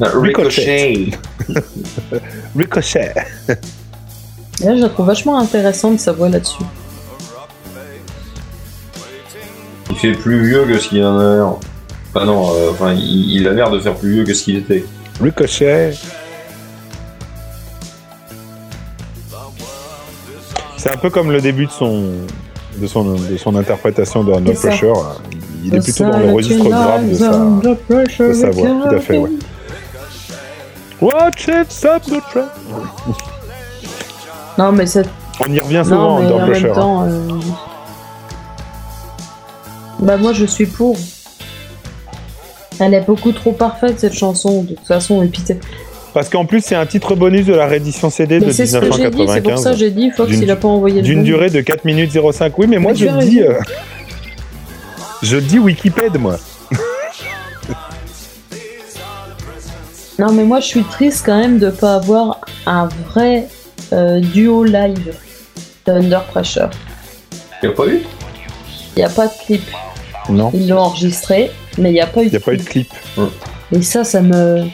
S3: Ah, Ricochet. Ricochet.
S1: Et là, je la trouve vachement intéressante sa voix là-dessus.
S4: Il fait plus vieux que ce qu'il en a l'air. Enfin non, euh, enfin, il, il a l'air de faire plus vieux que ce qu'il était.
S3: Ricochet. C'est un peu comme le début de son, de son, de son interprétation de No
S1: C'est ça.
S3: Pressure. Il est plutôt dans le registre grave de sa.
S1: sa,
S3: de sa voix, tout à fait, ouais. Watch it, stop the train.
S1: Non, mais, ça...
S3: On y revient
S1: non,
S3: Ah, souvent
S1: mais
S3: dans
S1: en même
S3: Pressure. hein.
S1: temps. euh, Bah, moi, je suis pour. Elle est beaucoup trop parfaite, cette chanson, de toute façon. Et puis, c'est-
S3: Parce qu'en plus, c'est un titre bonus de la réédition CD de
S1: mais c'est ce que j'ai dit, c'est pour ça que
S3: 1995.
S1: j'ai dit, Fox,
S3: D'une-
S1: il a pas envoyé le
S3: D'une
S1: bon.
S3: durée de 4 minutes 05. Oui, mais moi,
S1: Mais
S3: je
S1: tu as
S3: dis.
S1: raison.
S3: euh, je dis Wikipédia, moi.
S1: Non, mais moi, je suis triste quand même de pas avoir un vrai euh, duo live de Under Pressure.
S4: Il a pas eu
S1: Il n'y a pas de clip.
S3: Non.
S1: Ils l'ont enregistré, mais il n'y a pas eu
S3: Il n'y
S1: de
S3: a pas eu
S1: clip.
S3: de clip.
S1: Et ça, ça me.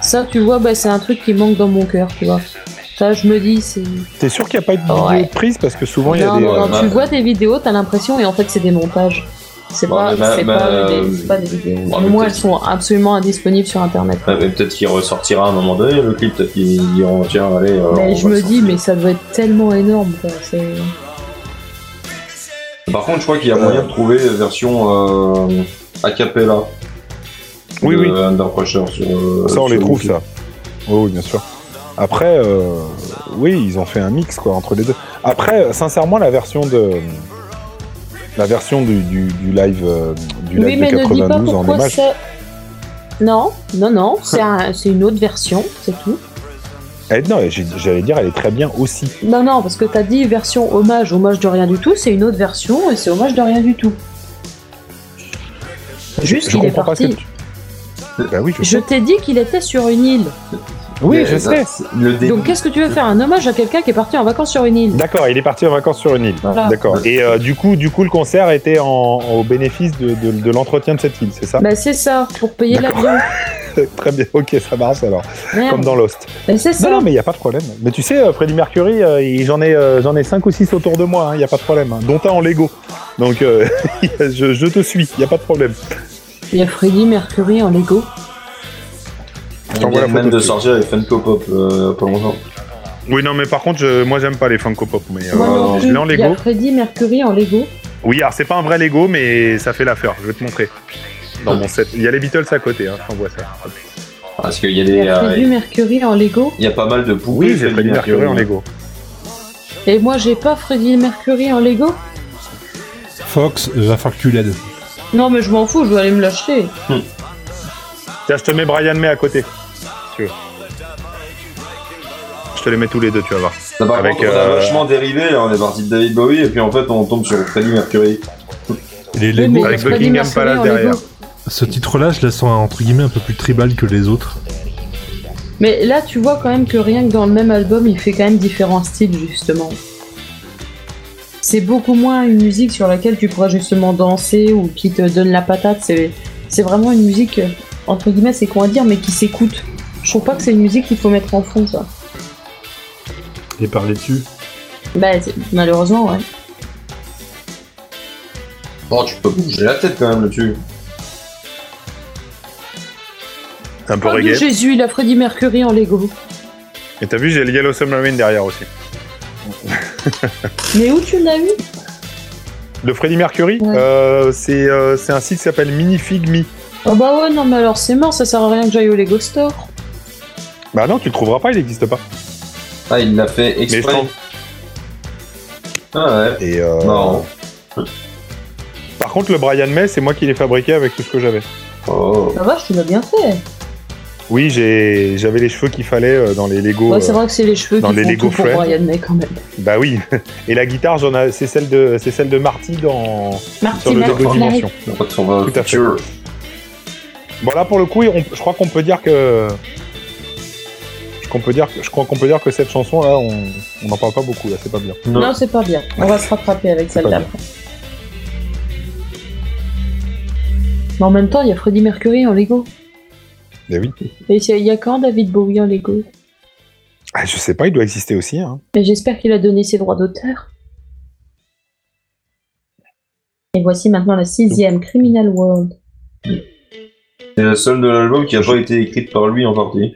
S1: Ça, tu vois, bah, c'est un truc qui manque dans mon cœur, tu vois. Ça, je me dis, c'est.
S3: T'es sûr qu'il n'y a pas eu de
S1: Ouais.
S3: vidéo de prise Parce que souvent, il y a
S1: Non,
S3: des.
S1: non,
S3: euh,
S1: non,
S4: ouais,
S1: tu
S4: bah-
S1: vois des vidéos, t'as l'impression, et en fait, c'est des montages. C'est
S4: Bon,
S1: pas,
S4: mais ma-
S1: c'est
S4: ma-
S1: pas,
S4: euh,
S1: des, c'est pas des vidéos.
S4: bon,
S1: Mais
S4: mais
S1: moi, elles
S4: peut-être-
S1: sont absolument indisponibles sur Internet.
S4: Ah, mais Peut-être qu'il ressortira à un moment donné le clip, peut-être qu'ils diront tiens, allez. euh, on
S1: mais Ben, je
S4: va
S1: me
S4: le
S1: dis,
S4: sortir.
S1: mais ça doit être tellement énorme, quoi. C'est...
S4: Par contre, je crois qu'il y a moyen de trouver la version euh, a cappella.
S3: Oui,
S4: de
S3: oui.
S4: Under Pressure sur. euh,
S3: Ça, on
S4: sur
S3: les trouve,
S4: YouTube.
S3: ça. Oui, oui, bien sûr. Après, euh, oui, ils ont fait un mix quoi entre les deux. Après, euh, sincèrement, la version de la version du, du, du live euh, du
S1: Oui,
S3: live
S1: mais
S3: de
S1: ne dis pas
S3: 92 en
S1: pourquoi
S3: hommage.
S1: ça. Non, non, non, c'est, un- c'est une autre version, c'est tout.
S3: Eh, non, j'ai- j'allais dire, elle est très bien aussi.
S1: Non, non, parce que t'as dit version hommage, hommage de rien du tout, c'est une autre version et c'est hommage de rien du tout. Juste
S3: je
S1: qu'il est
S3: comprends pas ce
S1: parti.
S3: que tu. Bah oui, je,
S1: Je t'ai dit qu'il était sur une île.
S3: oui,
S4: Mais,
S3: je
S4: euh,
S3: sais.
S4: Le début.
S1: Donc qu'est-ce que tu veux faire un hommage à quelqu'un qui est parti en vacances sur une île
S3: D'accord, il est parti en vacances sur une île.
S1: Voilà.
S3: D'accord. Et euh, du coup, du coup, le concert était en, au bénéfice de, de- de l'entretien de cette île, c'est ça
S1: Bah c'est ça, pour payer
S3: D'accord.
S1: l'avion.
S3: Très bien. Ok, ça marche alors. Comme
S1: Merde.
S3: dans Lost.
S1: Mais c'est ça.
S3: Non, non, mais il n'y a pas de problème. Mais tu sais, euh, Freddie Mercury, euh, il- j'en ai, euh, j'en ai 5 ou 6 autour de moi, il n'y a pas de problème. hein, dont un en Lego. Donc, euh, je, je te suis, il n'y a pas de problème.
S1: Il y a Freddy Mercury en Lego.
S4: Il
S3: t'envoie
S4: vient
S3: la photo
S4: même de
S3: dessus.
S4: sortir les Funko Pop euh, pas longtemps.
S3: Oui, non, mais par contre, je- moi, j'aime pas les Funko Pop. Mais, euh,
S1: Moi non
S4: je
S1: plus.
S3: l'ai en
S1: Il y a
S3: Lego.
S1: Freddy Mercury en Lego.
S3: Oui, alors, c'est pas un vrai Lego, mais ça fait l'affaire. Je vais te montrer. Dans mon set. Il y a les Beatles à côté, hein, je t'envoie ça.
S4: Parce qu'il y a
S1: Il y
S4: des.
S1: a
S4: euh,
S1: Freddy Mercury en Lego.
S4: Il y a pas mal de poupées.
S3: Oui, j'ai
S4: Freddie
S3: Freddie Mercury en Lego.
S1: Et moi j'ai pas Freddy Mercury en Lego.
S2: Fox, euh, va falloir que tu l'aides.
S1: Non mais je m'en fous, je vais aller me l'acheter.
S3: Tiens, je te mets Brian May à côté. si tu veux. Je te les mets tous les deux, tu vas voir.
S4: Ça, par
S3: Avec,
S4: contre, on a
S3: euh,
S4: vachement dérivé, là, on est parti de David Bowie et puis en fait on tombe sur Freddie Mercury.
S2: Les
S1: Oui,
S2: Lego,
S1: mais
S3: Avec
S1: Freddy
S3: Buckingham
S1: Mercury
S3: Palace
S1: en Lego.
S3: derrière.
S2: ce titre-là, je la sens entre guillemets un peu plus tribal que les autres.
S1: Mais là, tu vois quand même que rien que dans le même album, il fait quand même différents styles, justement. C'est beaucoup moins une musique sur laquelle tu pourras justement danser ou qui te donne la patate. C'est, c'est vraiment une musique, euh, entre guillemets, c'est con à dire, mais qui s'écoute. Je trouve pas que c'est une musique qu'il faut mettre en fond, ça.
S2: Et parler dessus.
S1: Bah, c'est- malheureusement, ouais.
S4: Bon, tu peux bouger la tête quand même là-dessus.
S3: Un peu
S1: Oh, de
S3: reggae.
S1: Jésus, il a Freddie Mercury en Lego.
S3: Et t'as vu, j'ai le Yellow Submarine derrière aussi.
S1: Mais où tu l'as eu
S3: De Freddie Mercury,
S1: Ouais.
S3: euh, c'est euh, c'est un site qui s'appelle Minifig Me.
S1: Oh bah ouais, non, mais alors c'est mort, ça sert à rien que j'aille au Lego Store.
S3: Bah non, tu le trouveras pas, il n'existe pas.
S4: Ah, il l'a fait
S3: Mais je
S4: exprès.
S3: t'en-
S4: Ah ouais.
S3: Et euh,
S4: Non.
S3: Par contre, le Brian May, c'est moi qui l'ai fabriqué avec tout ce que j'avais.
S4: Oh.
S1: La vache, tu l'as bien fait.
S3: Oui, j'ai- j'avais les cheveux qu'il fallait euh, dans les Lego.
S1: Ouais,
S3: euh,
S1: c'est vrai que c'est les cheveux
S3: dans
S1: qui
S3: les
S1: font
S3: Lego
S1: tout pour
S3: Friends.
S1: Brian May quand même.
S3: Bah oui. Et la guitare, j'en ai- c'est celle de, c'est celle de Marty dans sur
S1: Marty
S3: le
S1: Marty,
S3: Lego
S1: Marty.
S3: Dimension.
S4: En fait, on va
S3: Tout à fait.
S4: future.
S3: Bon là, pour le coup, on- je crois qu'on peut dire que, qu'on peut dire, que- je crois qu'on peut dire que cette chanson là, on, on en parle pas beaucoup là, c'est pas bien.
S4: Non.
S1: Non, c'est pas bien. On va se rattraper avec
S3: C'est
S1: celle-là.
S3: pas
S1: après. Mais en même temps, il y a Freddie Mercury en Lego.
S3: Mais oui.
S1: Et il y a- il y a quand David Bowie en Lego
S3: Ah, je sais pas, il doit exister aussi. Hein.
S1: Mais j'espère qu'il a donné ses droits d'auteur. Et voici maintenant la sixième, Criminal World.
S4: C'est la seule de l'album qui a pas été écrite par lui en partie.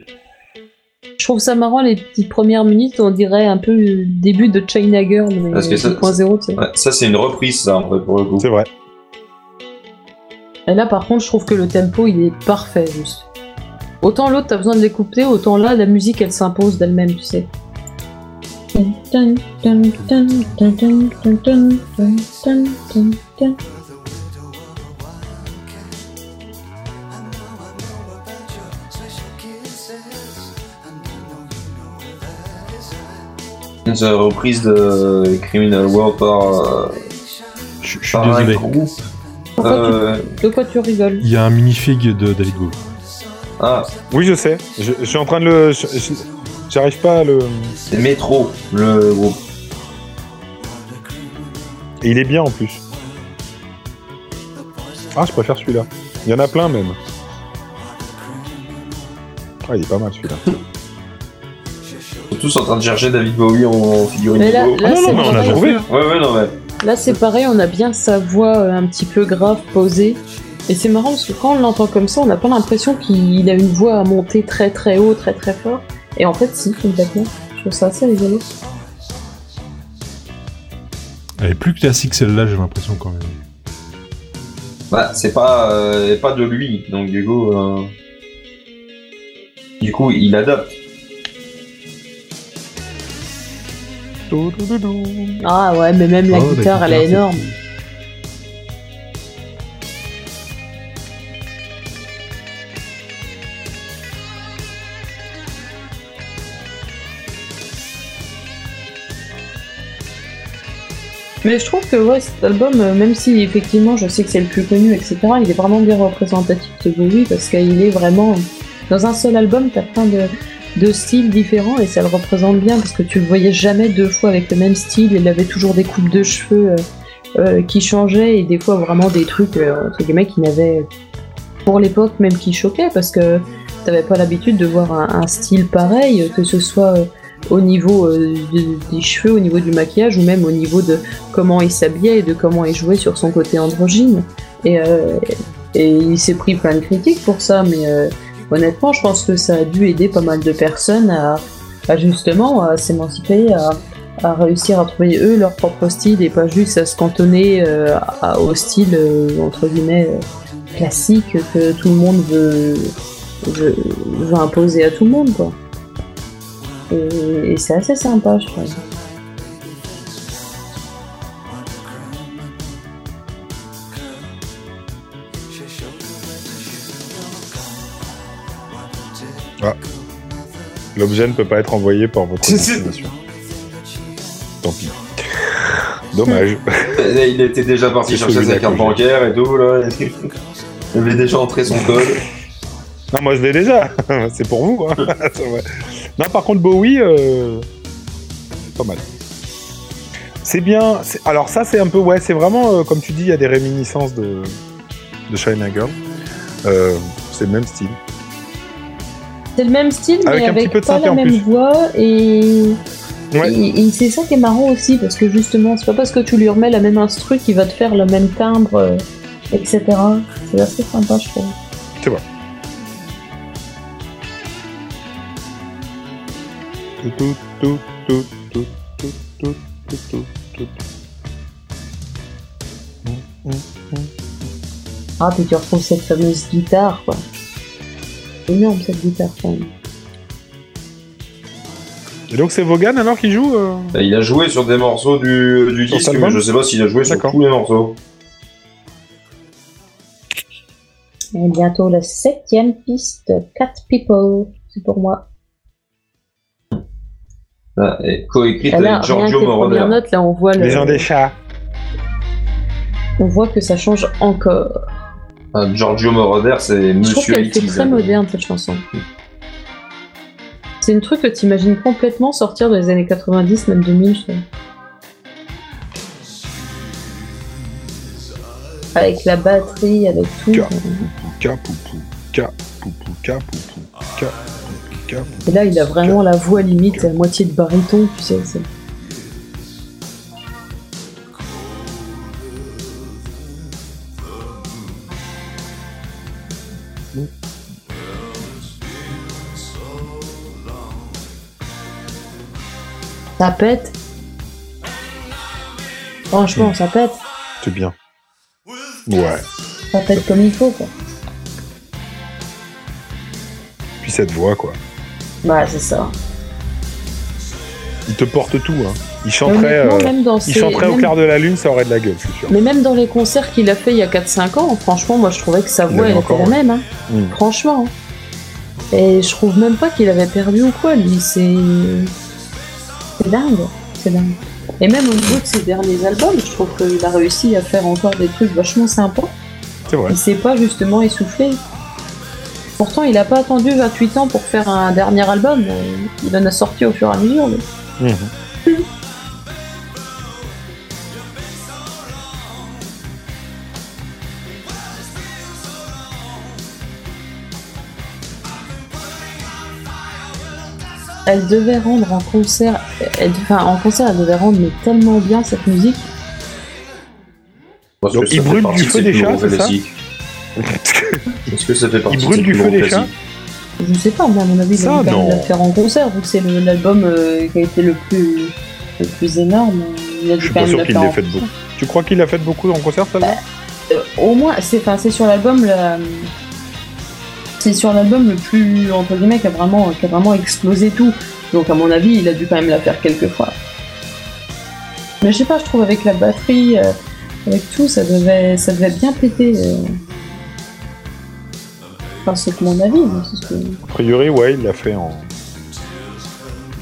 S1: Je trouve ça marrant, les petites premières minutes, on dirait un peu le début de China Girl, mais
S4: Parce que ça-
S1: 2.0, tu sais.
S4: Ouais, ça, c'est une reprise, ça, en fait, pour le coup.
S3: C'est vrai.
S1: Et là, par contre, je trouve que le tempo, il est parfait, juste. Autant l'autre, t'as besoin de l'écouter, autant là, la musique, elle s'impose d'elle-même, tu sais.
S4: C'est une euh, reprise de Criminal World par, euh,
S2: Je je suis
S4: par un
S2: désolé.
S4: groupe.
S1: Pourquoi
S4: Euh,
S1: De quoi tu rigoles
S2: Il y a un minifig de David Bowie.
S4: Ah,
S3: Oui, je sais. Je, je suis en train de le. je- je- J'arrive pas à le.
S4: c'est Metro, le groupe.
S3: Et il est bien en plus. Ah, je préfère celui-là. Il y en a plein même. Ah, il est pas mal celui-là.
S4: Ils sont tous en train de chercher David Bowie en figurine.
S1: Mais là,
S4: Lego.
S1: là,
S3: Ah, non,
S1: c'est
S3: mais on a
S1: pareil.
S3: trouvé.
S4: Ouais, ouais, non, mais.
S1: Là, c'est pareil, on a bien sa voix euh, un petit peu grave, posée. Et c'est marrant parce que quand on l'entend comme ça, on n'a pas l'impression qu'il a une voix à monter très très haut, très très fort. Et en fait, si, complètement. Je trouve ça assez rigolo.
S2: Elle est plus classique celle-là, j'ai l'impression quand même.
S4: Bah, c'est pas, euh, pas de lui, donc du coup. euh, Du coup, il adapte.
S1: Ah ouais, mais même la
S2: Oh, la
S1: guitare, elle est
S2: guitare, c'est-
S1: énorme. Mais je trouve que ouais, cet album, euh, même si effectivement je sais que c'est le plus connu, etc., il est vraiment bien représentatif de Bowie parce qu'il est vraiment. Dans un seul album, t'as plein de, de styles différents et ça le représente bien parce que tu le voyais jamais deux fois avec le même style. Il avait toujours des coupes de cheveux euh, euh, qui changeaient et des fois vraiment des trucs, euh, entre guillemets, qui n'avaient pour l'époque même qui choquaient parce que t'avais pas l'habitude de voir un, un style pareil, que ce soit. euh, au niveau euh, de- des cheveux, au niveau du maquillage ou même au niveau de, comment il s'habillait et de comment il jouait sur son côté androgyne. Et, euh, et il s'est pris plein de critiques pour ça, mais euh, honnêtement, je pense que ça a dû aider pas mal de personnes à, à justement à s'émanciper, à, à réussir à trouver eux leur propre style et pas juste à se cantonner euh, à- au style euh, entre guillemets euh, classique que tout le monde veut, veut, veut imposer à tout le monde. Quoi. Et, et c'est assez sympa, je trouve.
S3: L'objet ne peut pas être envoyé par votre destination. tant pis. Dommage.
S4: Il était déjà parti
S3: C'est
S4: chercher
S3: celui-là
S4: sa carte
S3: que j'ai.
S4: bancaire et tout, là. Il avait déjà entré son code.
S3: Non, moi je l'ai déjà. C'est pour vous. hein. Ça va. non, par contre, Bowie, euh, pas mal. C'est bien. c'est- Alors ça, c'est un peu, ouais, c'est vraiment, euh, comme tu dis, il y a des réminiscences de, de China Girl. Euh, c'est le même style.
S1: C'est le même style,
S3: Avec
S1: mais
S3: un petit
S1: avec
S3: peu de
S1: pas
S3: synthé
S1: la
S3: en
S1: même
S3: plus.
S1: voix. Et,
S3: Ouais.
S1: et, et c'est ça qui est marrant aussi, parce que justement, c'est pas parce que tu lui remets la même instru qu'il va te faire le même timbre, euh, etc. C'est assez sympa, je trouve.
S3: Tout, tout, tout, tout, tout, tout, tout, tout, tout, tout.
S1: Ah, puis tu retrouves cette fameuse guitare, quoi. Énorme cette guitare, quand même.
S3: Et donc c'est Vaughan alors qui joue euh
S4: Bah, Il a joué sur des morceaux du, du
S3: Sur
S4: disque,
S3: l'album
S4: mais je sais pas s'il a joué sur
S3: D'accord.
S4: tous les morceaux.
S1: Et bientôt la septième piste, Cat People. C'est pour moi.
S4: Ah, et coécrite
S1: Ah là,
S4: avec
S1: rien que
S4: Giorgio
S1: les premières
S4: Moroder.
S1: notes, là, on voit, le-
S3: Les gens des chats.
S1: on voit que ça change encore.
S4: Ah, Giorgio Moroder, c'est
S1: je trouve
S4: Monsieur
S1: qu'elle fait
S4: Haiti.
S1: très moderne, cette chanson. C'est une truc que t'imagines complètement sortir dans les années 90, même 2000, je trouve. Avec la batterie, avec tout.
S3: Tiens. Capoupou, capoupou, capoupou, capoupou, capoupou.
S1: Et là, il a vraiment la voix limite à moitié de baryton, tu sais. c'est- Ça pète. Franchement, ça pète.
S3: C'est bien. Ouais.
S1: Ça pète comme il faut, quoi.
S3: Puis cette voix quoi.
S1: Bah, c'est ça.
S3: Il te porte tout hein. Il chanterait,
S1: Honnêtement,
S3: euh,
S1: même dans
S3: il
S1: ces-
S3: chanterait au
S1: même-
S3: clair de la lune, ça aurait de la gueule, je suis sûr.
S1: Mais même dans les concerts qu'il a fait il y a 4-5 ans, franchement, moi je trouvais que sa
S3: Il
S1: voix
S3: avait
S1: elle était
S3: encore,
S1: la
S3: ouais.
S1: même. Hein.
S3: Mm.
S1: Franchement. Et je trouve même pas qu'il avait perdu ou quoi, lui. C'est. C'est dingue. C'est dingue. Et même au niveau de ses derniers albums, je trouve qu'il a réussi à faire encore des trucs vachement sympas.
S3: C'est vrai.
S1: Il s'est pas justement essoufflé. Pourtant, il a pas attendu 28 ans pour faire un dernier album. Il en a sorti au fur et à mesure. lui. elle devait rendre en concert, elle- enfin en concert, elle devait rendre mais tellement bien cette musique.
S4: Parce
S3: Donc,
S4: que ça
S3: il
S4: fait
S3: brûle
S4: partie
S3: du
S4: de
S3: feu
S4: ses
S3: des
S4: plus
S3: chats,
S4: gros
S3: c'est ça
S4: classiques. Est-ce que ça fait partie de
S3: brûle
S4: ses
S3: du
S4: plus
S3: feu
S4: gros
S3: des
S4: classiques
S3: chats
S1: Je sais pas, mais à mon avis, ils
S3: Ça,
S1: ont dû quand
S3: non.
S1: même la faire en concert vu que c'est le- l'album euh, qui a été le plus le plus énorme. Il a dû
S3: Je
S1: quand
S3: suis pas
S1: même
S3: sûr
S1: la
S3: qu'il
S1: faire
S3: l'ait
S1: en-
S3: fait beaucoup. Tu crois qu'il l'a fait beaucoup en concert ça
S1: Euh, au moins, c'est enfin, c'est sur l'album la- c'est sur l'album le plus entre guillemets qui a vraiment qui a vraiment explosé tout. Donc à mon avis, il a dû quand même la faire quelques fois. Mais je sais pas, je trouve avec la batterie, euh, avec tout, ça devait ça devait bien péter. euh. Enfin, c'est mon avis. mais c'est ce que-
S3: A priori, ouais, il l'a fait en.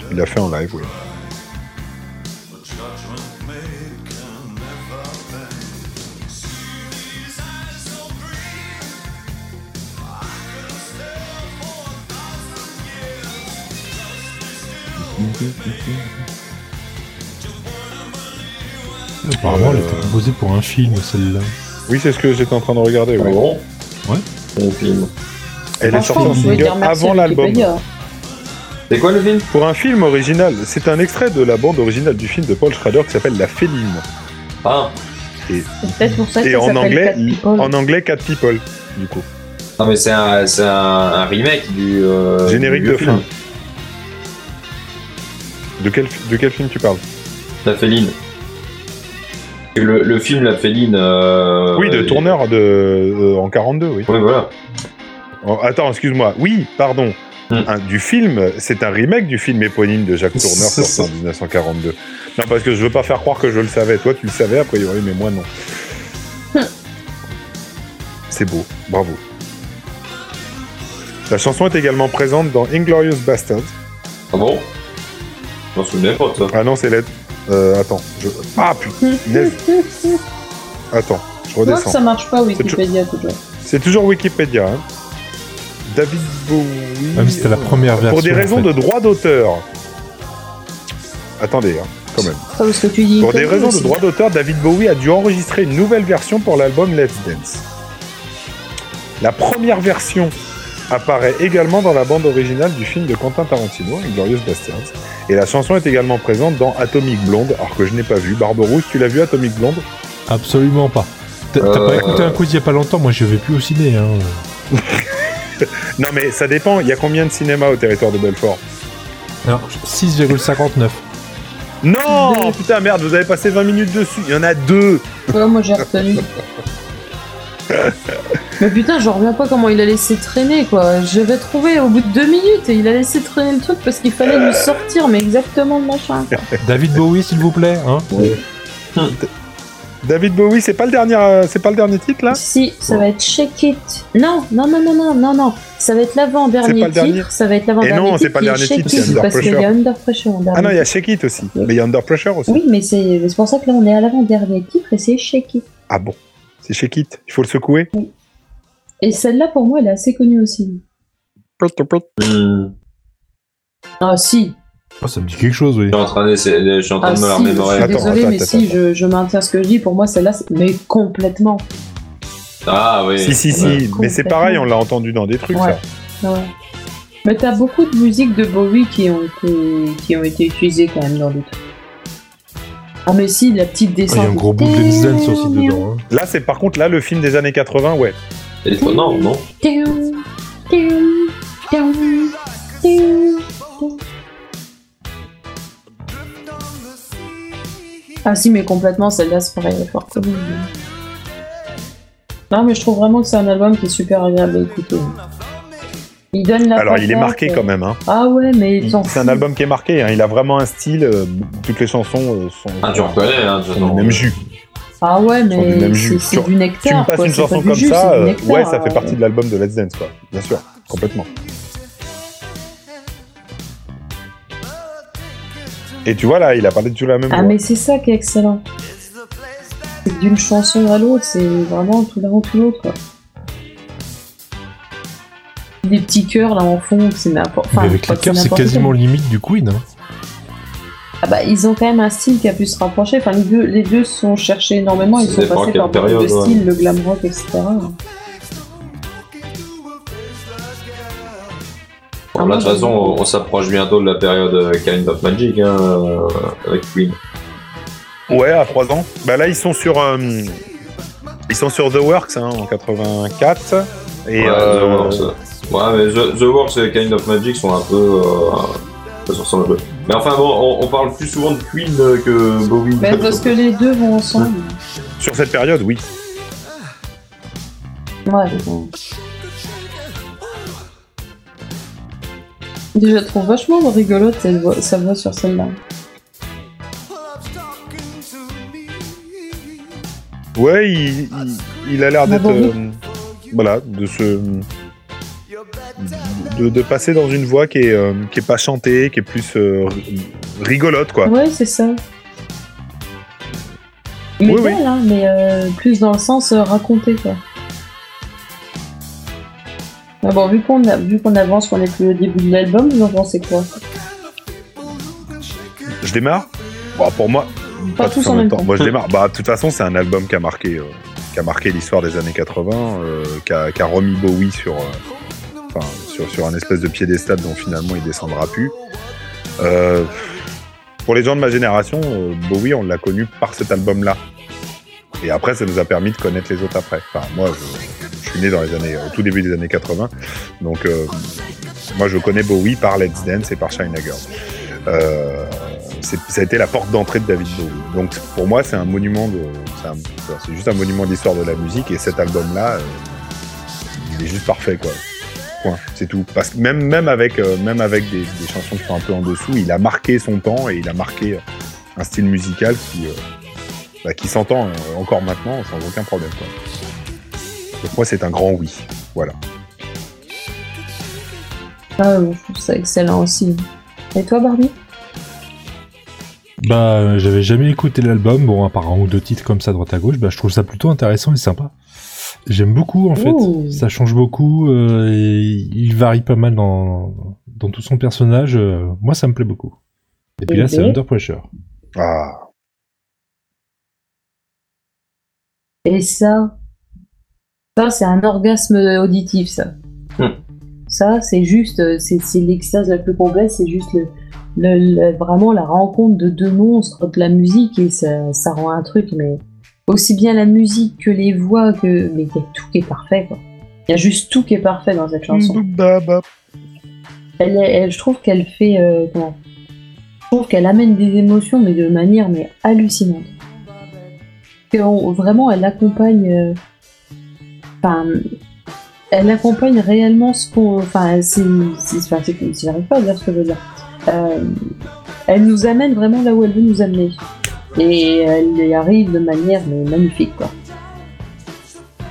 S3: Il l'a fait en live, oui.
S2: Apparemment, elle était composée pour un film, celle-là.
S3: Oui, c'est ce que j'étais en train de regarder.
S4: Ah
S3: oui.
S4: bon
S2: Ouais.
S4: Le film.
S3: Elle est
S1: Franchement,
S3: sortie en
S1: vous pouvez
S3: single
S1: dire merci
S3: avant
S1: à
S3: l'album.
S1: Wikipédia.
S4: C'est quoi le film
S3: Pour un film original, c'est un extrait de la bande originale du film de Paul Schrader qui s'appelle La Féline.
S4: Ah,
S1: C'est peut-être pour ça que
S3: Et
S1: ça
S3: en
S1: s'appelle
S3: anglais,
S1: Cat People.
S3: en anglais, Cat People, du coup.
S4: non mais c'est un, c'est un, un remake du... euh,
S3: Générique
S4: du
S3: de
S4: film.
S3: fin. De quel, de quel film tu parles
S4: La Féline. Le, le film La Féline... euh,
S3: Oui, de
S4: est-
S3: Tourneur de, euh, en 42, oui.
S4: Ouais, voilà.
S3: Oh, attends, excuse-moi. Oui, pardon.
S4: Hmm.
S3: Un- du film, c'est un remake du film éponyme de Jacques Tourneur
S4: C'est
S3: sorti en 1942. Non, parce que je veux pas faire croire que je le savais. Toi, tu le savais, a priori, mais moi, non.
S4: Hmm.
S3: c'est beau. Bravo. La chanson est également présente dans Inglorious Bastards.
S4: Ah bon Je m'en souviens pas de ça.
S3: Ah non, c'est la... Euh, attends, je... Ah putain, neige. Attends, je
S1: Moi, que
S3: redescends.
S1: ça marche pas Wikipédia toujours.
S3: C'est toujours Wikipédia. hein. David Bowie. euh,
S2: Même si Ah, c'était la première version.
S3: Pour des raisons
S2: en fait.
S3: de droit d'auteur. Attendez, hein, quand même.
S1: C'est Pas parce que tu dis.
S3: Pour des
S1: Italie
S3: raisons de
S1: aussi.
S3: droit d'auteur, David Bowie a dû enregistrer une nouvelle version pour l'album Let's Dance. La première version apparaît également dans la bande originale du film de Quentin Tarantino, Glorious Bastards. Et la chanson est également présente dans Atomic Blonde, alors que je n'ai pas vu. Barberousse, tu l'as vu Atomic Blonde
S2: Absolument pas. T'as t'as
S4: Euh,
S2: pas écouté un quiz il y a pas longtemps, moi je vais plus au ciné. Hein.
S3: Non mais ça dépend, il y a combien de cinémas au territoire de Belfort
S2: Alors, 6,59.
S3: Non
S1: Deux.
S3: Putain merde, vous avez passé 20 minutes dessus, il y en a deux
S1: Ouais, moi j'ai retenu. Mais putain, je reviens pas comment il a laissé traîner quoi. J'avais trouvé au bout de deux minutes et il a laissé traîner le truc parce qu'il fallait lui sortir, mais exactement le machin. quoi.
S2: David Bowie, s'il vous plaît. Hein
S3: David Bowie, c'est pas le dernier, euh, c'est pas le dernier titre là
S1: Si, ça va être Shake It. Non, non, non, non, non, non, non. Ça va être
S3: C'est pas
S1: l'avant-dernier
S3: le dernier.
S1: titre. Ça va être l'avant-dernier
S3: Et non,
S1: titre.
S3: c'est pas le
S1: puis
S3: dernier
S1: Shake
S3: titre, c'est
S1: It,
S3: Under
S1: Parce qu'il y a
S3: Pressure.
S1: Under Pressure en dernier.
S3: Ah non, il y a Shake It aussi, mais il y a Under Pressure aussi.
S1: Oui, mais c'est c'est pour ça que là on est à l'avant-dernier titre et c'est Shake It.
S3: Ah bon C'est Shake It, il faut le secouer
S1: Et celle-là pour moi elle est assez connue aussi.
S4: Hmm.
S1: Ah si,
S2: Oh, ça me dit quelque chose, oui.
S4: Je suis en train, d'essayer de- je suis en train
S1: Ah
S4: de me la
S1: si,
S4: remémorer.
S1: Je suis
S3: Attends,
S1: désolée,
S3: attends,
S1: mais
S3: attends,
S1: si, je, je maintiens ce que je dis. Pour moi, celle-là, c'est- mais complètement.
S4: Ah oui.
S3: Si, si,
S4: Ouais.
S3: si, mais c'est pareil, on l'a entendu dans des trucs
S1: Ouais.
S3: ça.
S1: Ouais. Mais t'as beaucoup de musiques de Bowie qui ont été, qui ont été utilisées quand même dans le truc. Ah, mais si, la petite
S2: Il y
S1: descente.
S2: a un gros bout de Let's Dance aussi dedans. hein.
S3: Là, c'est par contre, là, le film des années 80, ouais.
S4: Et- oh, Non, non.
S1: Tum, tum, tum, tum. Ah si, mais complètement, celle-là, c'est pareil, elle est fort commune. Non, mais je trouve vraiment que c'est un album qui est super agréable à écouter. Il donne la
S3: Alors, il est
S1: patate,
S3: marqué
S1: euh,
S3: quand même, hein.
S1: Ah ouais, mais il s'en
S3: C'est un
S1: fout.
S3: album qui est marqué, hein. il a vraiment un style, euh, toutes les chansons euh, sont,
S4: Ah, tu reconnais, hein, de toute
S3: sont du
S4: façon.
S3: même jus.
S1: Ah ouais,
S3: Ils font du
S1: mais
S3: même
S1: c'est
S3: jus.
S1: c'est du
S3: Tu me
S1: nectar,
S3: passes
S1: quoi.
S3: une
S1: c'est pas
S3: chanson
S1: du
S3: comme
S1: jus,
S3: ça,
S1: c'est du
S3: euh,
S1: nectar,
S3: ouais, ça fait
S1: euh,
S3: partie de l'album de Let's Dance, quoi. Bien sûr, complètement. Et tu vois là, il a parlé de tout la même
S1: Ah,
S3: voix.
S1: mais c'est ça qui est excellent. C'est D'une chanson à l'autre, c'est vraiment tout l'un tout l'autre. quoi. Des petits cœurs là en fond, c'est n'importe enfin,
S2: Mais avec
S1: pas
S2: les
S1: que
S2: cœurs, c'est
S1: n'importe
S2: quasiment
S1: quoi.
S2: limite du Queen. hein.
S1: Ah bah, ils ont quand même un style qui a pu se rapprocher. Enfin, les deux, les deux se sont cherchés énormément. Ils
S4: Ça
S1: sont
S4: dépend
S1: passés
S4: quelle
S1: par beaucoup de
S4: période, ouais.
S1: styles, le glam rock, etc.
S4: Bon, là, de toute façon, on, on s'approche bientôt de la période euh, Kind of Magic hein, euh, avec Queen.
S3: Ouais, à 3 ans. Bah là, ils sont sur, euh, ils sont sur The Works hein, en 84. Et
S4: ouais,
S3: euh,
S4: The Works. euh. Ouais, mais The, The Works et Kind of Magic sont un peu. euh, se ressemblent un peu. Mais enfin, bon, on, on parle plus souvent de Queen euh, que Bowie.
S1: Mais parce que les deux vont ensemble.
S3: sur cette période, oui.
S1: Ouais. Déjà, je trouve vachement rigolote cette voix, sa voix sur celle-là.
S3: Ouais, il, il, il a l'air
S1: Bah,
S3: d'être,
S1: bah, oui.
S3: euh, voilà, de se, de, de passer dans une voix qui est, euh, qui est pas chantée, qui est plus euh, rigolote, quoi.
S1: Ouais, c'est ça. Il
S3: Oui,
S1: est
S3: oui.
S1: belle, hein, mais euh, plus dans le sens euh, raconter, quoi. Ah bon, vu qu'on a- vu qu'on avance, qu'on est plus au début de l'album, vous en pensez quoi
S3: Je démarre. Bah, pour moi,
S1: Pas tous en même temps.
S3: Moi, je démarre. Bah, de toute façon, c'est un album qui a marqué, euh, qui a marqué l'histoire des années 80, euh, qui, a, qui a remis Bowie sur, euh, enfin, sur, sur un espèce de piédestal dont finalement il descendra plus. Euh, pour les gens de ma génération, euh, Bowie, on l'a connu par cet album-là. Et après, ça nous a permis de connaître les autres après. Enfin, moi, je, je suis né dans les années, au tout début des années 80, donc euh, moi, je connais Bowie par Let's Dance et par China Girl. Euh, c'est- ça a été la porte d'entrée de David Bowie. Donc pour moi, c'est un monument de, c'est un- enfin, c'est juste un monument d'histoire de la musique et cet album-là, euh, il est juste parfait quoi. Point, c'est tout. Parce que même même avec euh, même avec des, des chansons qui sont un peu en dessous, il a marqué son temps et il a marqué euh, un style musical qui euh, bah, qui s'entend euh, encore maintenant sans aucun problème. Quoi. Donc moi, c'est un grand oui. Voilà.
S1: Ah, euh, je trouve ça excellent aussi. Et toi, Barbie
S2: Bah, euh, j'avais jamais écouté l'album, bon, à part un ou deux titres comme ça, droite à gauche, bah, je trouve ça plutôt intéressant et sympa. J'aime beaucoup, en fait.
S1: Ouh.
S2: Ça change beaucoup, euh, et il varie pas mal dans, dans tout son personnage. euh, moi, ça me plaît beaucoup. Et puis là,
S1: Ok.
S2: c'est Under Pressure.
S3: Ah,
S1: Et ça, ça c'est un orgasme auditif, ça.
S4: Hmm.
S1: Ça, c'est juste, euh, c'est c'est l'extase la plus complète, c'est juste le, le- le- vraiment la rencontre de deux monstres, de la musique, et ça, ça rend un truc, mais aussi bien la musique que les voix, que, mais il y a tout qui est parfait, quoi. Il y a juste tout qui est parfait dans cette chanson.
S3: Mm-hmm.
S1: Elle, est- elle- je trouve qu'elle fait, euh, comment Je trouve qu'elle amène des émotions, mais de manière mais hallucinante. Que on- vraiment, elle accompagne. euh, Enfin, elle accompagne réellement ce qu'on. Enfin, c'est. c'est- Enfin, c'est comme si j'arrive pas à dire ce que je veux dire. Euh, elle nous amène vraiment là où elle veut nous amener. Et elle y arrive de manière mais magnifique, quoi.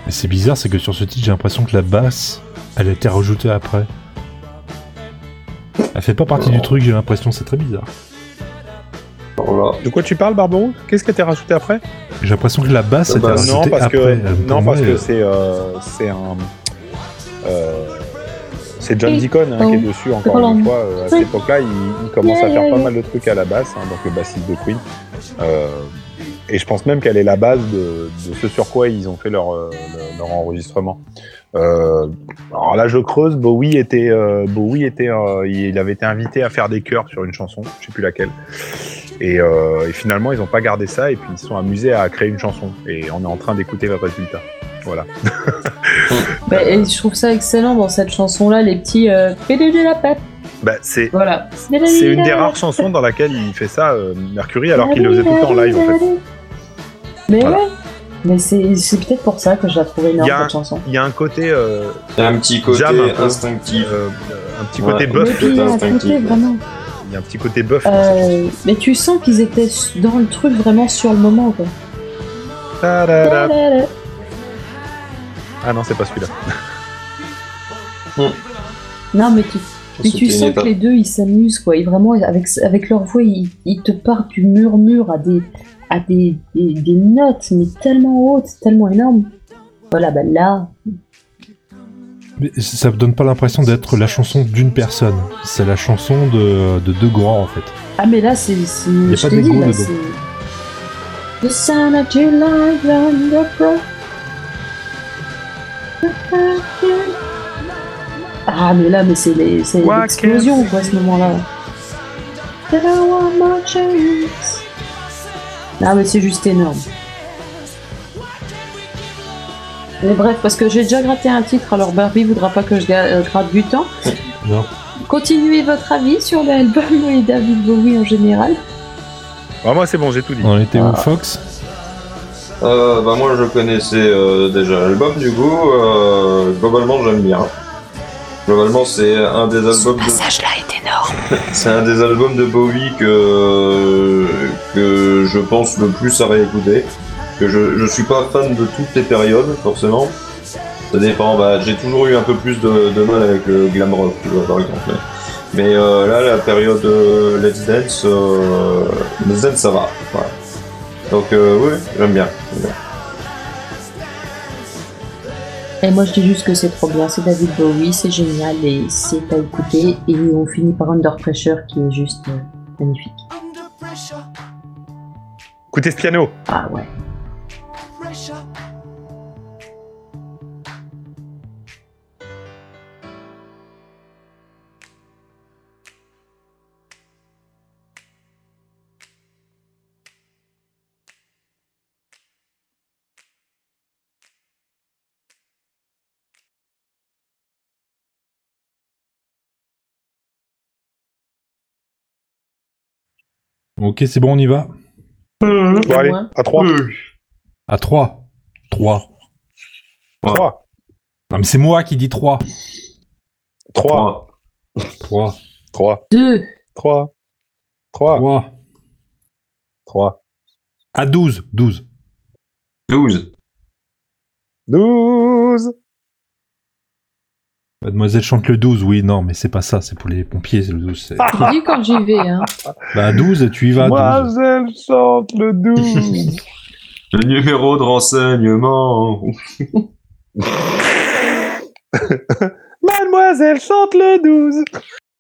S2: Mais c'est bizarre, c'est que sur ce titre, j'ai l'impression que la basse, elle a été rajoutée après. Elle fait pas partie du truc, j'ai l'impression, c'est très bizarre.
S4: Voilà.
S3: De quoi tu parles, Barbaro Qu'est-ce que t'as rajouté après
S2: J'ai l'impression que la basse, elle a été
S3: Euh,
S4: Bah,
S3: Non,
S2: rajoutée
S3: parce
S2: après.
S3: que,
S2: Euh, pour
S3: non,
S2: moi,
S3: parce que
S2: euh,
S3: c'est euh, c'est un. euh, c'est John
S1: Oui.
S3: Deacon hein, qui est
S1: Oh.
S3: dessus, encore
S1: Oh.
S3: une fois. euh, à cette
S1: Oui.
S3: époque-là, il, il commence
S1: Yeah,
S3: à faire
S1: yeah,
S3: pas
S1: yeah.
S3: mal de trucs à la basse, hein, donc le bassiste de Queen. Euh, et je pense même qu'elle est la base de, de ce sur quoi ils ont fait leur, euh, le- leur enregistrement. Euh, alors là, je creuse. Bowie était, euh, Bowie était, euh, il avait été invité à faire des chœurs sur une chanson, je sais plus laquelle. Et, euh, et finalement, ils n'ont pas gardé ça et puis ils se sont amusés à créer une chanson. Et on est en train d'écouter le résultat. Voilà.
S1: Bah, et je trouve ça excellent dans cette chanson-là, les petits. Euh, PDG la patte,
S3: Bah, c'est
S1: voilà.
S3: c'est une des rares chansons dans laquelle il fait ça, euh, Mercury, alors qu'il le faisait tout le temps en live. En fait.
S1: Mais
S3: Voilà.
S1: ouais. Mais c'est c'est peut-être pour ça que je la trouve énorme
S3: Y a un-
S1: cette chanson.
S3: Il y a un côté, euh,
S4: Il y a un petit côté
S3: Jam un peu.
S4: instinctif.
S3: euh, un petit côté
S1: Mais
S4: Ouais.
S3: buff.
S1: puis, il y a un côté vraiment.
S3: Il y a un petit côté buff. dans cette chanson.
S1: Euh, mais tu sens qu'ils étaient dans le truc vraiment sur le moment quoi.
S3: Ta-da-da. Ah non, c'est pas celui-là.
S1: Non mais tu, mais
S4: C'était
S1: tu
S4: une
S1: sens que
S4: époque.
S1: les deux ils s'amusent quoi. Ils vraiment avec avec leur voix ils, ils te partent du murmure à des à des, des, des notes mais tellement hautes, tellement énormes. Voilà bah là.
S2: Mais ça me donne pas l'impression d'être la chanson d'une personne. C'est la chanson de, de deux grands en fait.
S1: Ah mais là c'est c'est
S2: a
S1: je
S2: pas
S1: te dis
S2: d'ego
S1: là
S2: dedans.
S1: c'est The sound of July on the floor. Ah mais là mais c'est les c'est
S3: What
S1: l'explosion
S3: can-
S1: quoi à ce moment-là. There are more chance. Ah mais c'est juste énorme. Mais bref, parce que j'ai déjà gratté un titre, alors Barbie voudra pas que je ga- euh, gratte du temps.
S2: Non.
S1: Continuez votre avis sur l'album et David Bowie en général.
S3: Ah, moi, c'est bon, j'ai tout dit.
S2: On était où
S4: Ah.
S2: Fox
S4: Euh, bah moi je connaissais euh, déjà l'album du coup, euh, globalement j'aime bien. Globalement c'est un des albums de...
S1: passage-là est énorme.
S4: c'est un des albums de Bowie que que je pense le plus à réécouter. Que je je suis pas fan de toutes les périodes forcément. Ça dépend. Bah j'ai toujours eu un peu plus de, de mal avec le glam rock tu vois, par exemple. Mais, mais, euh, là la période euh, Let's Dance, euh, Let's Dance ça va. Voilà. Donc euh, oui j'aime bien. J'aime bien.
S1: Et moi je dis juste que c'est trop bien, c'est David Bowie, c'est génial et c'est à écouter. Et on finit par Under Pressure qui est juste euh, magnifique.
S5: Under pressure,
S3: Écoutez ce piano.
S1: Ah ouais.
S5: pressure.
S2: Ok, c'est bon, on y va.
S3: Bon, allez,
S1: moi.
S3: à 3.
S2: À 3. 3.
S3: 3.
S2: Non, Ah, mais c'est moi qui dis 3.
S3: 3.
S2: 3.
S3: 3.
S1: Deux.
S3: 3. 3.
S2: 3.
S3: 3.
S2: À 12. 12.
S4: 12.
S3: 12.
S2: Mademoiselle chante le 12, oui, non, mais c'est pas ça, c'est pour les pompiers, c'est le 12. c'est-
S1: Je dis quand j'y vais, hein.
S2: Bah, 12, tu y vas, 12.
S3: Mademoiselle chante le 12.
S4: Le numéro de renseignement.
S3: Mademoiselle chante le 12.